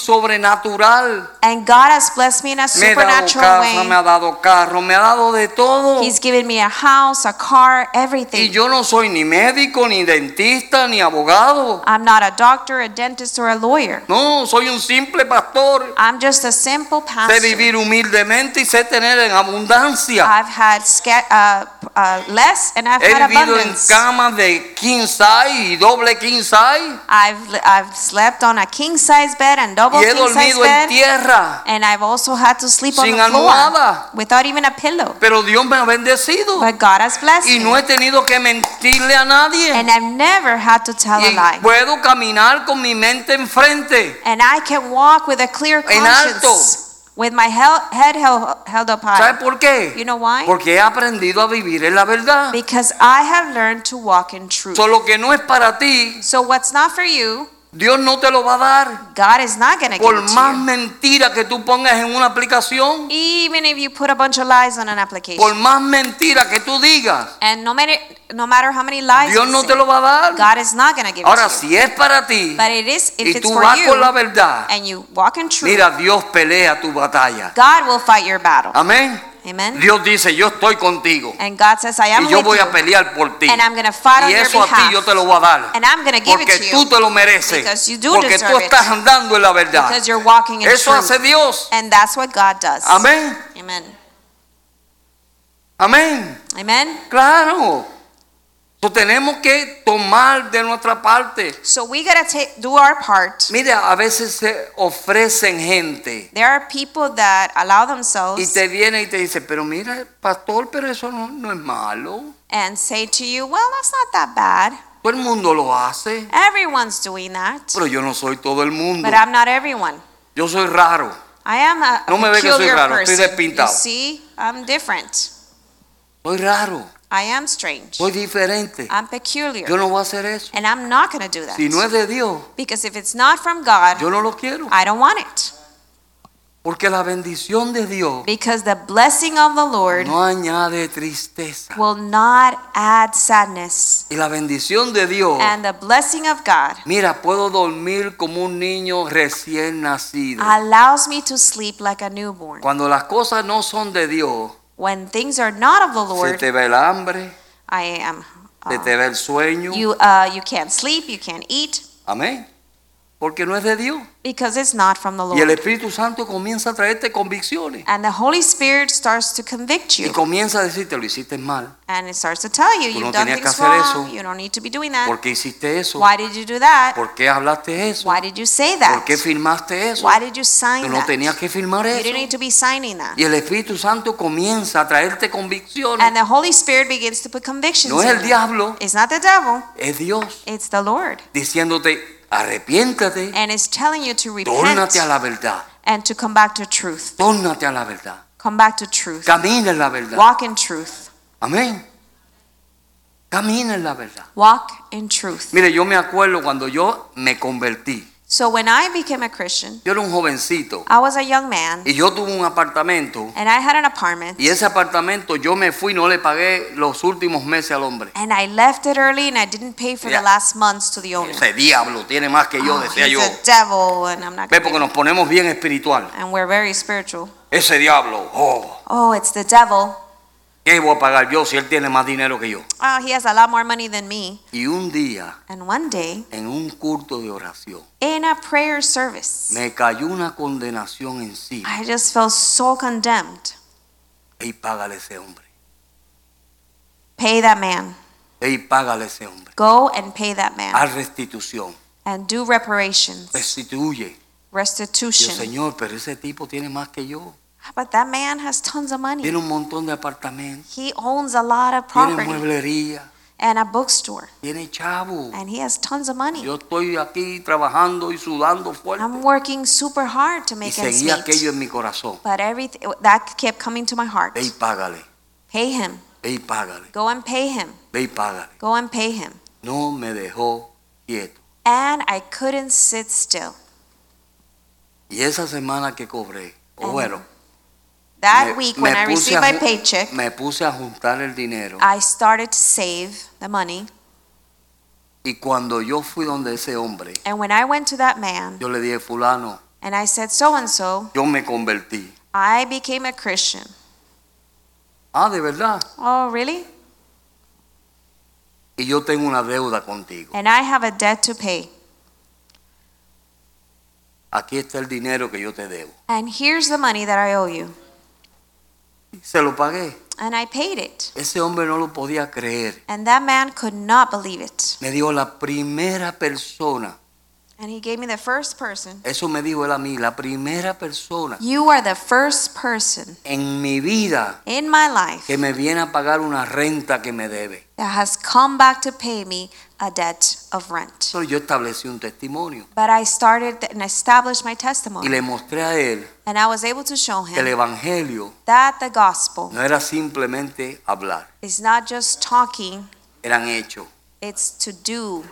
Speaker 2: sobrenatural.
Speaker 3: and God has blessed me in a
Speaker 2: Me ha dado
Speaker 3: supernatural
Speaker 2: casa, me
Speaker 3: way.
Speaker 2: ha dado carro, me ha dado de todo.
Speaker 3: He's given me a house, a car,
Speaker 2: Y
Speaker 3: everything.
Speaker 2: yo no soy ni médico, ni dentista, ni abogado.
Speaker 3: I'm not a doctor, a dentist, or a lawyer.
Speaker 2: No, soy un simple pastor.
Speaker 3: I'm just a simple
Speaker 2: Sé
Speaker 3: pastor.
Speaker 2: vivir humildemente y sé tener en abundancia.
Speaker 3: I've had sca- uh, uh, less and I've
Speaker 2: He
Speaker 3: had
Speaker 2: vivido en
Speaker 3: abundance.
Speaker 2: camas de 15 y doble 15
Speaker 3: I've, I've slept on a king size bed and double
Speaker 2: y he
Speaker 3: king size
Speaker 2: dormido en
Speaker 3: bed.
Speaker 2: tierra.
Speaker 3: And I've also had to sleep on
Speaker 2: Sin
Speaker 3: the floor
Speaker 2: almohada.
Speaker 3: without even a pillow.
Speaker 2: Pero Dios me ha bendecido
Speaker 3: But God has blessed
Speaker 2: y
Speaker 3: me.
Speaker 2: no he tenido que mentirle a nadie.
Speaker 3: And I've never had to tell a
Speaker 2: Y
Speaker 3: lie.
Speaker 2: puedo caminar con mi mente enfrente.
Speaker 3: And I can walk with a clear
Speaker 2: En alto.
Speaker 3: conscience. With my hel- head held, held up
Speaker 2: ¿Sabe
Speaker 3: high.
Speaker 2: por qué?
Speaker 3: You know why?
Speaker 2: Porque he aprendido a vivir en la verdad.
Speaker 3: Because I have learned to walk in truth.
Speaker 2: Solo que no es para ti,
Speaker 3: So what's not for you,
Speaker 2: Dios no te lo va a dar.
Speaker 3: God is not going to give
Speaker 2: Por
Speaker 3: it to
Speaker 2: más
Speaker 3: you.
Speaker 2: mentira que tú pongas en una aplicación,
Speaker 3: Even if you put a bunch of lies on an
Speaker 2: por
Speaker 3: application.
Speaker 2: más mentira que tú digas,
Speaker 3: And no matter, no matter how many lies
Speaker 2: Dios
Speaker 3: you
Speaker 2: no
Speaker 3: say,
Speaker 2: te lo va a dar.
Speaker 3: God is not going to give
Speaker 2: Ahora,
Speaker 3: it to you.
Speaker 2: si es para ti
Speaker 3: But it is if
Speaker 2: y
Speaker 3: it's
Speaker 2: tú
Speaker 3: for
Speaker 2: vas
Speaker 3: you
Speaker 2: con la verdad,
Speaker 3: and you walk in truth,
Speaker 2: mira, Dios pelea tu batalla.
Speaker 3: God will fight your battle.
Speaker 2: Amén.
Speaker 3: Amen.
Speaker 2: Dios dice, yo estoy contigo
Speaker 3: And God says, I am
Speaker 2: y yo
Speaker 3: with
Speaker 2: voy
Speaker 3: you,
Speaker 2: a pelear por ti.
Speaker 3: and I'm going to fight on
Speaker 2: Y
Speaker 3: your
Speaker 2: eso a ti
Speaker 3: behalf,
Speaker 2: yo te lo voy a dar.
Speaker 3: and I'm going to give it
Speaker 2: Porque
Speaker 3: to
Speaker 2: tú
Speaker 3: you
Speaker 2: te lo mereces.
Speaker 3: Because you do
Speaker 2: Porque tú
Speaker 3: deserve it.
Speaker 2: estás andando en la verdad.
Speaker 3: because you're walking in
Speaker 2: Eso
Speaker 3: truth.
Speaker 2: hace Dios.
Speaker 3: And that's what God does.
Speaker 2: Amén.
Speaker 3: Amen.
Speaker 2: Amén.
Speaker 3: Amen.
Speaker 2: Claro. Entonces, tenemos que tomar de nuestra parte.
Speaker 3: So we got to take do our part.
Speaker 2: Mira, a veces se ofrecen gente
Speaker 3: There are people that allow
Speaker 2: y
Speaker 3: themselves
Speaker 2: te viene y te dice, pero mira, pastor, pero eso no, no es malo.
Speaker 3: and say to you, well, that's not that bad.
Speaker 2: Todo el mundo lo hace.
Speaker 3: Everyone's doing that.
Speaker 2: Pero yo no soy todo el mundo.
Speaker 3: But I'm not everyone.
Speaker 2: Yo soy raro.
Speaker 3: I am a, a
Speaker 2: No me ve que soy
Speaker 3: peculiar
Speaker 2: raro, estoy
Speaker 3: person.
Speaker 2: despintado.
Speaker 3: You see, I'm different.
Speaker 2: Soy raro.
Speaker 3: I am strange.
Speaker 2: Soy diferente.
Speaker 3: I'm peculiar.
Speaker 2: Yo no voy a hacer eso.
Speaker 3: And I'm not going to do that.
Speaker 2: Si no es de Dios,
Speaker 3: Because if it's not from God,
Speaker 2: yo no lo quiero.
Speaker 3: I don't want it.
Speaker 2: Porque la bendición de Dios
Speaker 3: because the blessing of the Lord
Speaker 2: no añade tristeza.
Speaker 3: will not add sadness.
Speaker 2: Y la bendición de Dios,
Speaker 3: And the blessing of God
Speaker 2: mira, puedo dormir como un niño recién nacido.
Speaker 3: allows me to sleep like a newborn.
Speaker 2: Cuando las cosas no son de Dios,
Speaker 3: When things are not of the
Speaker 2: se
Speaker 3: Lord,
Speaker 2: te va el hambre,
Speaker 3: I am.
Speaker 2: se
Speaker 3: uh,
Speaker 2: te va el sueño.
Speaker 3: you uh, you can't sleep, you can't eat
Speaker 2: Amén. Porque no es de Dios.
Speaker 3: because it's not from the
Speaker 2: Y el
Speaker 3: Lord.
Speaker 2: Espíritu Santo comienza a traerte convicciones.
Speaker 3: And the Holy Spirit starts to convict
Speaker 2: Y
Speaker 3: you,
Speaker 2: comienza a decirte, lo hiciste mal,
Speaker 3: and it starts to tell you
Speaker 2: Tú
Speaker 3: you've
Speaker 2: no
Speaker 3: done
Speaker 2: tenías que
Speaker 3: things
Speaker 2: hacer
Speaker 3: wrong.
Speaker 2: eso.
Speaker 3: You don't need to be doing that.
Speaker 2: ¿por qué hiciste eso?
Speaker 3: Why did you do that?
Speaker 2: ¿Por qué hablaste eso?
Speaker 3: Why did you say
Speaker 2: ¿Por qué
Speaker 3: that?
Speaker 2: firmaste eso?
Speaker 3: Why did you sign
Speaker 2: Tú no
Speaker 3: that? You
Speaker 2: tenías que firmar eso.
Speaker 3: didn't need to be signing that.
Speaker 2: Y el Espíritu Santo comienza a traerte convicciones.
Speaker 3: And the Holy Spirit begins to put convictions.
Speaker 2: No es el
Speaker 3: in you.
Speaker 2: diablo,
Speaker 3: It's not the devil,
Speaker 2: es Dios
Speaker 3: it's the Lord.
Speaker 2: diciéndote, arrepiéntate,
Speaker 3: And it's telling you to repent
Speaker 2: tórnate a la verdad,
Speaker 3: and to come back to truth.
Speaker 2: tórnate a la verdad,
Speaker 3: Come back to truth.
Speaker 2: camina en la verdad.
Speaker 3: Walk in truth.
Speaker 2: Amén. Camina en la verdad.
Speaker 3: Walk in truth.
Speaker 2: Mire, yo me acuerdo cuando yo me convertí.
Speaker 3: So when I became a Christian,
Speaker 2: Yo era un jovencito
Speaker 3: I was a young man
Speaker 2: y yo tuve un apartamento
Speaker 3: and I had an apartment
Speaker 2: y ese apartamento yo me fui, no le pagué los últimos meses al hombre.
Speaker 3: and I left it early and I didn't pay for
Speaker 2: Yeah.
Speaker 3: the last months to the owner.
Speaker 2: Ese diablo tiene más que yo,
Speaker 3: Oh,
Speaker 2: decía yo.
Speaker 3: he's a devil and I'm not
Speaker 2: Ve
Speaker 3: gonna
Speaker 2: porque
Speaker 3: pay.
Speaker 2: nos ponemos bien espiritual.
Speaker 3: and we're very spiritual.
Speaker 2: Ese diablo, oh,
Speaker 3: Oh, it's the devil.
Speaker 2: ¿qué voy a pagar yo si él tiene más dinero que yo?
Speaker 3: Oh, he has a lot more money than me.
Speaker 2: Y un día,
Speaker 3: And one day,
Speaker 2: en un culto de oración,
Speaker 3: in a prayer service,
Speaker 2: me cayó una condenación encima.
Speaker 3: I just felt so condemned.
Speaker 2: Ey, págale a ese hombre.
Speaker 3: Pay that man.
Speaker 2: Ey, págale a ese hombre.
Speaker 3: Go and pay that man.
Speaker 2: Haz restitución.
Speaker 3: And do reparations,
Speaker 2: Restituye. Yo,
Speaker 3: restitution.
Speaker 2: Señor, pero ese tipo tiene más que yo.
Speaker 3: But that man has tons of money.
Speaker 2: Tiene un montón de apartamentos.
Speaker 3: He owns a lot of
Speaker 2: Tiene
Speaker 3: property
Speaker 2: mueblería.
Speaker 3: and a bookstore.
Speaker 2: Tiene chavo.
Speaker 3: And he has tons of money.
Speaker 2: Yo estoy aquí trabajando y sudando
Speaker 3: I'm
Speaker 2: fuerte.
Speaker 3: working super hard to
Speaker 2: Y
Speaker 3: make ends
Speaker 2: seguía aquello
Speaker 3: meet.
Speaker 2: en mi corazón.
Speaker 3: But everything that kept coming to my heart.
Speaker 2: Ve y págale.
Speaker 3: Pay him.
Speaker 2: Ve y págale.
Speaker 3: Go and pay him.
Speaker 2: Ve y págale.
Speaker 3: Go and pay him.
Speaker 2: No me dejó quieto.
Speaker 3: And I couldn't sit still.
Speaker 2: Y esa semana que cobré, o
Speaker 3: Ajá.
Speaker 2: bueno,
Speaker 3: That
Speaker 2: me-
Speaker 3: week,
Speaker 2: me
Speaker 3: when I
Speaker 2: puse
Speaker 3: received
Speaker 2: a
Speaker 3: my
Speaker 2: ju-
Speaker 3: paycheck,
Speaker 2: me puse a juntar el dinero.
Speaker 3: I started to save the money.
Speaker 2: Y cuando yo fui donde ese hombre,
Speaker 3: And when I went to that man
Speaker 2: yo le dije, fulano,
Speaker 3: and I said, so and so,
Speaker 2: yo me convertí.
Speaker 3: I became a Christian.
Speaker 2: Ah, de verdad.
Speaker 3: Oh, really?
Speaker 2: Y yo tengo una deuda contigo.
Speaker 3: And I have a debt to pay.
Speaker 2: Aquí está el dinero que yo te debo.
Speaker 3: And here's the money that I owe you.
Speaker 2: Se lo pagué.
Speaker 3: And I paid it.
Speaker 2: Ese hombre no lo podía creer.
Speaker 3: And that man could not believe it.
Speaker 2: Me dijo la primera persona.
Speaker 3: And he gave me the first person.
Speaker 2: Eso me dijo él a mí. La primera persona
Speaker 3: You are the first person
Speaker 2: en mi vida
Speaker 3: in my life
Speaker 2: que me viene a pagar una renta que me debe.
Speaker 3: that has come back to pay me a debt of rent.
Speaker 2: Entonces yo establecí un testimonio
Speaker 3: But I started and established my
Speaker 2: y
Speaker 3: testimony.
Speaker 2: le mostré a él
Speaker 3: And I was able to show
Speaker 2: que el
Speaker 3: him
Speaker 2: evangelio
Speaker 3: that the gospel
Speaker 2: no era simplemente hablar,
Speaker 3: is not just talking,
Speaker 2: eran hechos.
Speaker 3: it's to do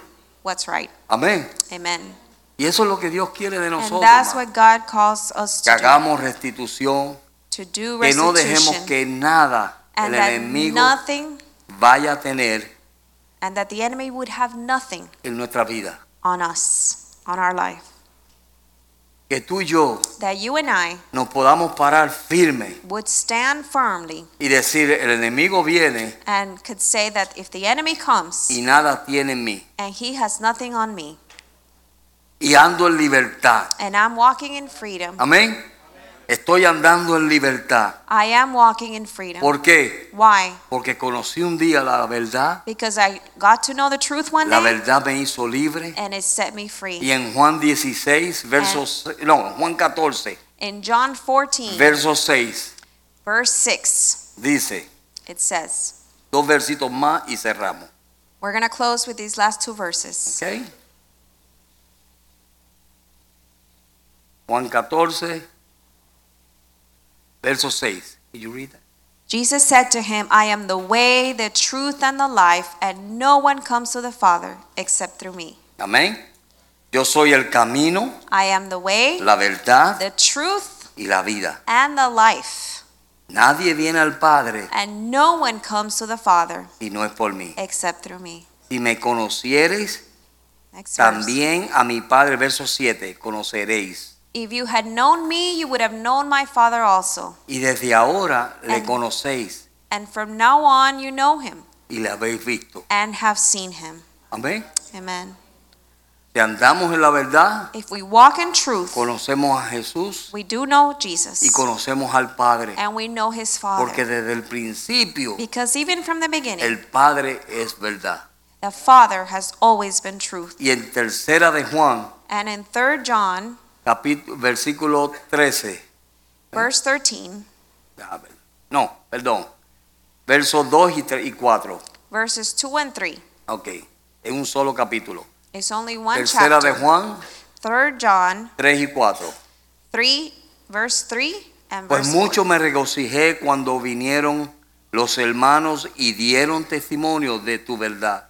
Speaker 3: what's right.
Speaker 2: Amén.
Speaker 3: Amen.
Speaker 2: Y eso es lo que Dios quiere de
Speaker 3: And
Speaker 2: nosotros.
Speaker 3: that's
Speaker 2: hermano.
Speaker 3: what God calls us
Speaker 2: Que
Speaker 3: to do,
Speaker 2: hagamos restitución,
Speaker 3: to do
Speaker 2: que no dejemos
Speaker 3: restitution.
Speaker 2: que nada el
Speaker 3: And that
Speaker 2: enemigo
Speaker 3: nothing,
Speaker 2: vaya a tener
Speaker 3: and that the enemy would have nothing
Speaker 2: en nuestra vida.
Speaker 3: on us, on our life.
Speaker 2: Que tú y yo
Speaker 3: That you and I
Speaker 2: nos podamos parar firme
Speaker 3: would stand firmly
Speaker 2: y decir, el enemigo viene
Speaker 3: and could say that if the enemy
Speaker 2: y
Speaker 3: comes
Speaker 2: nada tiene en mí.
Speaker 3: and he has nothing on me,
Speaker 2: Y ando en libertad.
Speaker 3: and I'm walking in freedom,
Speaker 2: Amén. Estoy andando en libertad.
Speaker 3: I am walking in freedom.
Speaker 2: ¿Por qué?
Speaker 3: Why?
Speaker 2: Porque conocí un día la verdad.
Speaker 3: Because I got to know the truth one
Speaker 2: La
Speaker 3: day,
Speaker 2: verdad me hizo libre.
Speaker 3: and it set me free.
Speaker 2: Y en Juan 16, versos, no, Juan 14,
Speaker 3: In John 14,
Speaker 2: verso 6,
Speaker 3: verse 6,
Speaker 2: dice,
Speaker 3: it says,
Speaker 2: dos versitos más y cerramos.
Speaker 3: we're going to close with these last two verses.
Speaker 2: ¿ok? Juan 14, verso 6. Did you read that?
Speaker 3: Jesus said to him, I am the way, the truth, and the life, and no one comes to the Father except through me.
Speaker 2: Amén. Yo soy el camino,
Speaker 3: I am the way,
Speaker 2: la verdad
Speaker 3: the truth,
Speaker 2: y la vida.
Speaker 3: and the life.
Speaker 2: Nadie viene al Padre
Speaker 3: And no one comes to the Father
Speaker 2: si no es por mí.
Speaker 3: except through me.
Speaker 2: Si me conocieres,
Speaker 3: Next verse.
Speaker 2: también a mi Padre, verso 7, conoceréis.
Speaker 3: If you had known me, you would have known my Father also.
Speaker 2: Y desde ahora le
Speaker 3: And-
Speaker 2: conocéis
Speaker 3: And from now on, you know him
Speaker 2: y le habéis visto.
Speaker 3: and have seen him.
Speaker 2: Amén.
Speaker 3: Amen.
Speaker 2: Si andamos en la verdad,
Speaker 3: If we walk in truth,
Speaker 2: conocemos a Jesús
Speaker 3: we do know
Speaker 2: y
Speaker 3: Jesus
Speaker 2: conocemos al Padre.
Speaker 3: and we know his
Speaker 2: Porque
Speaker 3: Father.
Speaker 2: desde el principio
Speaker 3: Because even from the beginning,
Speaker 2: el Padre es verdad.
Speaker 3: the Father has always been truth.
Speaker 2: Y en tercera de Juan,
Speaker 3: And in 3 John,
Speaker 2: capítulo, versículo 13.
Speaker 3: verse 13,
Speaker 2: A ver, No, perdón. Versos 2 y, 3 y 4.
Speaker 3: verses 2 and 3,
Speaker 2: Ok. Es un solo capítulo.
Speaker 3: it's only one
Speaker 2: Tercera de
Speaker 3: chapter.
Speaker 2: Juan,
Speaker 3: 3 John
Speaker 2: 3 y 4.
Speaker 3: 3, verse 3 and
Speaker 2: Pues
Speaker 3: verse
Speaker 2: mucho
Speaker 3: 4.
Speaker 2: me regocijé cuando vinieron los hermanos y dieron testimonio de tu verdad,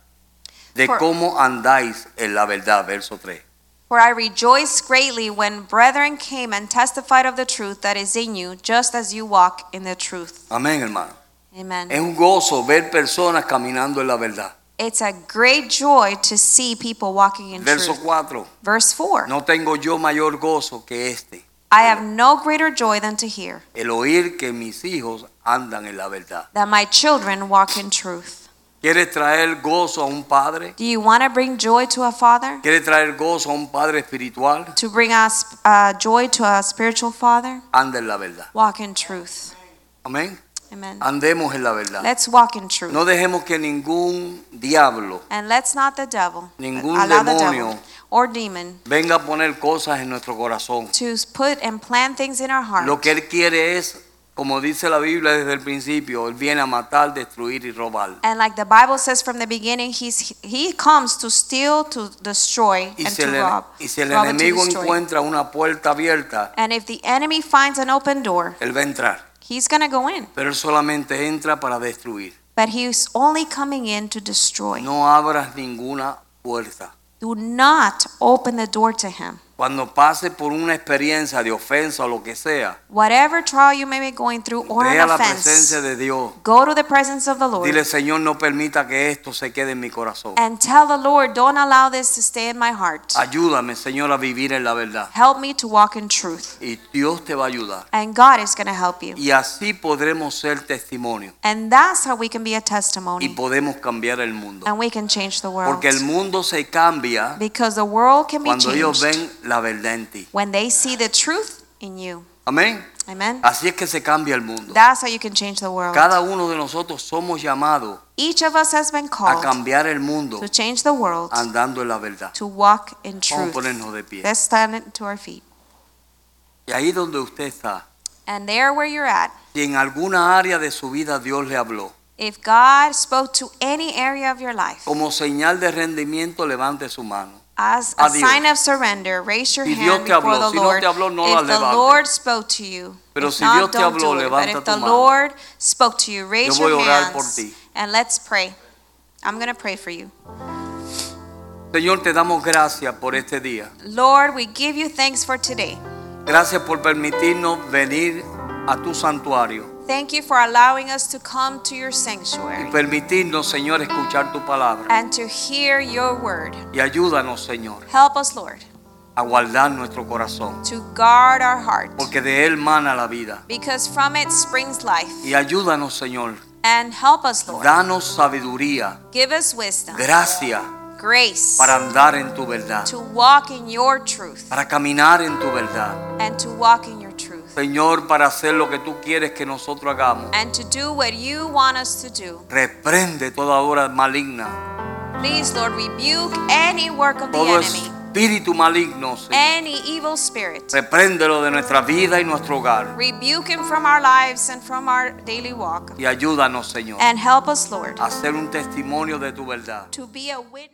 Speaker 2: de
Speaker 3: For-
Speaker 2: cómo andáis en la verdad. Verso 3.
Speaker 3: For I rejoiced greatly when brethren came and testified of the truth that is in you, just as you walk in the truth.
Speaker 2: Amén, hermano.
Speaker 3: Amen.
Speaker 2: Es un gozo ver personas caminando en la verdad.
Speaker 3: It's a great joy to see people walking in
Speaker 2: Verso
Speaker 3: truth.
Speaker 2: 4.
Speaker 3: Verse 4
Speaker 2: No tengo yo mayor gozo que este,
Speaker 3: I have no greater joy than to hear
Speaker 2: el oír que mis hijos andan en la verdad.
Speaker 3: that my children walk in truth.
Speaker 2: ¿Quieres traer gozo a un padre?
Speaker 3: Do you want to bring joy to a father?
Speaker 2: ¿Quieres traer gozo a un padre espiritual?
Speaker 3: To bring us uh, joy to a spiritual father?
Speaker 2: Anda en la verdad.
Speaker 3: Walk in truth.
Speaker 2: Amén.
Speaker 3: Amen.
Speaker 2: Andemos en la verdad.
Speaker 3: Let's walk in truth.
Speaker 2: Ah, No dejemos que ningún diablo
Speaker 3: And let's not the devil
Speaker 2: Ningún
Speaker 3: allow the
Speaker 2: demonio.
Speaker 3: devil or demon
Speaker 2: venga a poner cosas en nuestro corazón.
Speaker 3: to put and plant things in our heart.
Speaker 2: Lo que él quiere es, como dice la Biblia desde el principio, él viene a matar, destruir y robar.
Speaker 3: and like the Bible says from the beginning, he's he comes to steal, to destroy,
Speaker 2: Y
Speaker 3: and
Speaker 2: si
Speaker 3: to
Speaker 2: el,
Speaker 3: rob.
Speaker 2: y si el
Speaker 3: rob and to
Speaker 2: enemigo
Speaker 3: destroy.
Speaker 2: encuentra una puerta abierta,
Speaker 3: And if the enemy finds an open door,
Speaker 2: él va a entrar.
Speaker 3: he's gonna go in.
Speaker 2: Pero él solamente entra para destruir.
Speaker 3: But he's only coming in to destroy.
Speaker 2: No abras ninguna puerta.
Speaker 3: Do not open the door to him.
Speaker 2: Cuando pases por una experiencia de ofensa o lo que sea,
Speaker 3: Whatever trial you may be going through or
Speaker 2: ve a
Speaker 3: an
Speaker 2: la
Speaker 3: offense,
Speaker 2: presencia de Dios.
Speaker 3: go to the presence of the Lord
Speaker 2: Dile, Señor, no permita que esto se quede en mi corazón.
Speaker 3: and tell the Lord, "Don't allow this to stay in my heart."
Speaker 2: Ayúdame, Señor, a vivir en la verdad.
Speaker 3: Help me to walk in truth.
Speaker 2: Y Dios te va a ayudar.
Speaker 3: And God is going to help you.
Speaker 2: Y así podremos ser testimonio
Speaker 3: And that's how we can be a
Speaker 2: y
Speaker 3: testimony.
Speaker 2: podemos cambiar el mundo.
Speaker 3: And we can change the world.
Speaker 2: Porque el mundo se cambia
Speaker 3: Because the world can be
Speaker 2: cuando ellos
Speaker 3: changed
Speaker 2: ven la verdad en ti.
Speaker 3: when they see the truth in you.
Speaker 2: Amén.
Speaker 3: Amen?
Speaker 2: Así es que se cambia el mundo.
Speaker 3: That's how you can change the world.
Speaker 2: Cada uno de nosotros somos llamados
Speaker 3: Each of us has been
Speaker 2: a
Speaker 3: called
Speaker 2: cambiar el mundo
Speaker 3: to change the world,
Speaker 2: andando en la verdad.
Speaker 3: to walk in
Speaker 2: Vamos a
Speaker 3: truth.
Speaker 2: ponernos de pie.
Speaker 3: Let's stand to our feet.
Speaker 2: Y ahí donde usted está,
Speaker 3: And there where you're at,
Speaker 2: si en alguna área de su vida Dios le habló,
Speaker 3: if God spoke to any area of your life,
Speaker 2: como señal de rendimiento, levante su mano.
Speaker 3: As a
Speaker 2: A Dios.
Speaker 3: sign of surrender, raise your
Speaker 2: Si
Speaker 3: hand
Speaker 2: Dios te
Speaker 3: before
Speaker 2: habló,
Speaker 3: the
Speaker 2: si no
Speaker 3: Lord.
Speaker 2: te habló, no la
Speaker 3: if the
Speaker 2: levantes.
Speaker 3: Lord spoke to you,
Speaker 2: Pero
Speaker 3: if
Speaker 2: si
Speaker 3: not,
Speaker 2: Dios te
Speaker 3: don't
Speaker 2: habló,
Speaker 3: do it. But
Speaker 2: levanta
Speaker 3: if
Speaker 2: tu
Speaker 3: the
Speaker 2: mano.
Speaker 3: Lord spoke to you, raise
Speaker 2: voy
Speaker 3: your
Speaker 2: a orar por
Speaker 3: hands
Speaker 2: ti.
Speaker 3: and let's pray. I'm going to pray for you.
Speaker 2: Señor, te damos gracias por este día.
Speaker 3: Lord, we give you thanks for today.
Speaker 2: Gracias por permitirnos venir a tu santuario
Speaker 3: Thank you for allowing us to come to your
Speaker 2: y
Speaker 3: sanctuary
Speaker 2: permitirnos, Señor, escuchar tu palabra.
Speaker 3: and to hear your word.
Speaker 2: Y ayúdanos, Señor,
Speaker 3: Help us, Lord,
Speaker 2: a guardar nuestro corazón,
Speaker 3: to guard our heart
Speaker 2: porque de él mana la vida.
Speaker 3: because from it springs life.
Speaker 2: Y ayúdanos, Señor,
Speaker 3: And help us, Lord.
Speaker 2: danos sabiduría,
Speaker 3: Give us wisdom,
Speaker 2: gracias
Speaker 3: grace.
Speaker 2: para andar en tu verdad,
Speaker 3: to walk in your truth
Speaker 2: para caminar en tu verdad.
Speaker 3: and to walk in your truth
Speaker 2: Señor, para hacer lo que tú quieres que nosotros hagamos.
Speaker 3: and to do what you want us to do.
Speaker 2: Reprende toda obra maligna,
Speaker 3: Please, Lord, rebuke any work of the
Speaker 2: todo
Speaker 3: enemy,
Speaker 2: espíritu maligno, Señor.
Speaker 3: any evil spirit.
Speaker 2: Repréndelo de nuestra vida y nuestro hogar.
Speaker 3: Rebuke him from our lives and from our daily walk.
Speaker 2: Y ayúdanos, Señor,
Speaker 3: Eh.
Speaker 2: Ah.
Speaker 3: And help us, Lord,
Speaker 2: a ser un testimonio de tu verdad.
Speaker 3: to be a witness.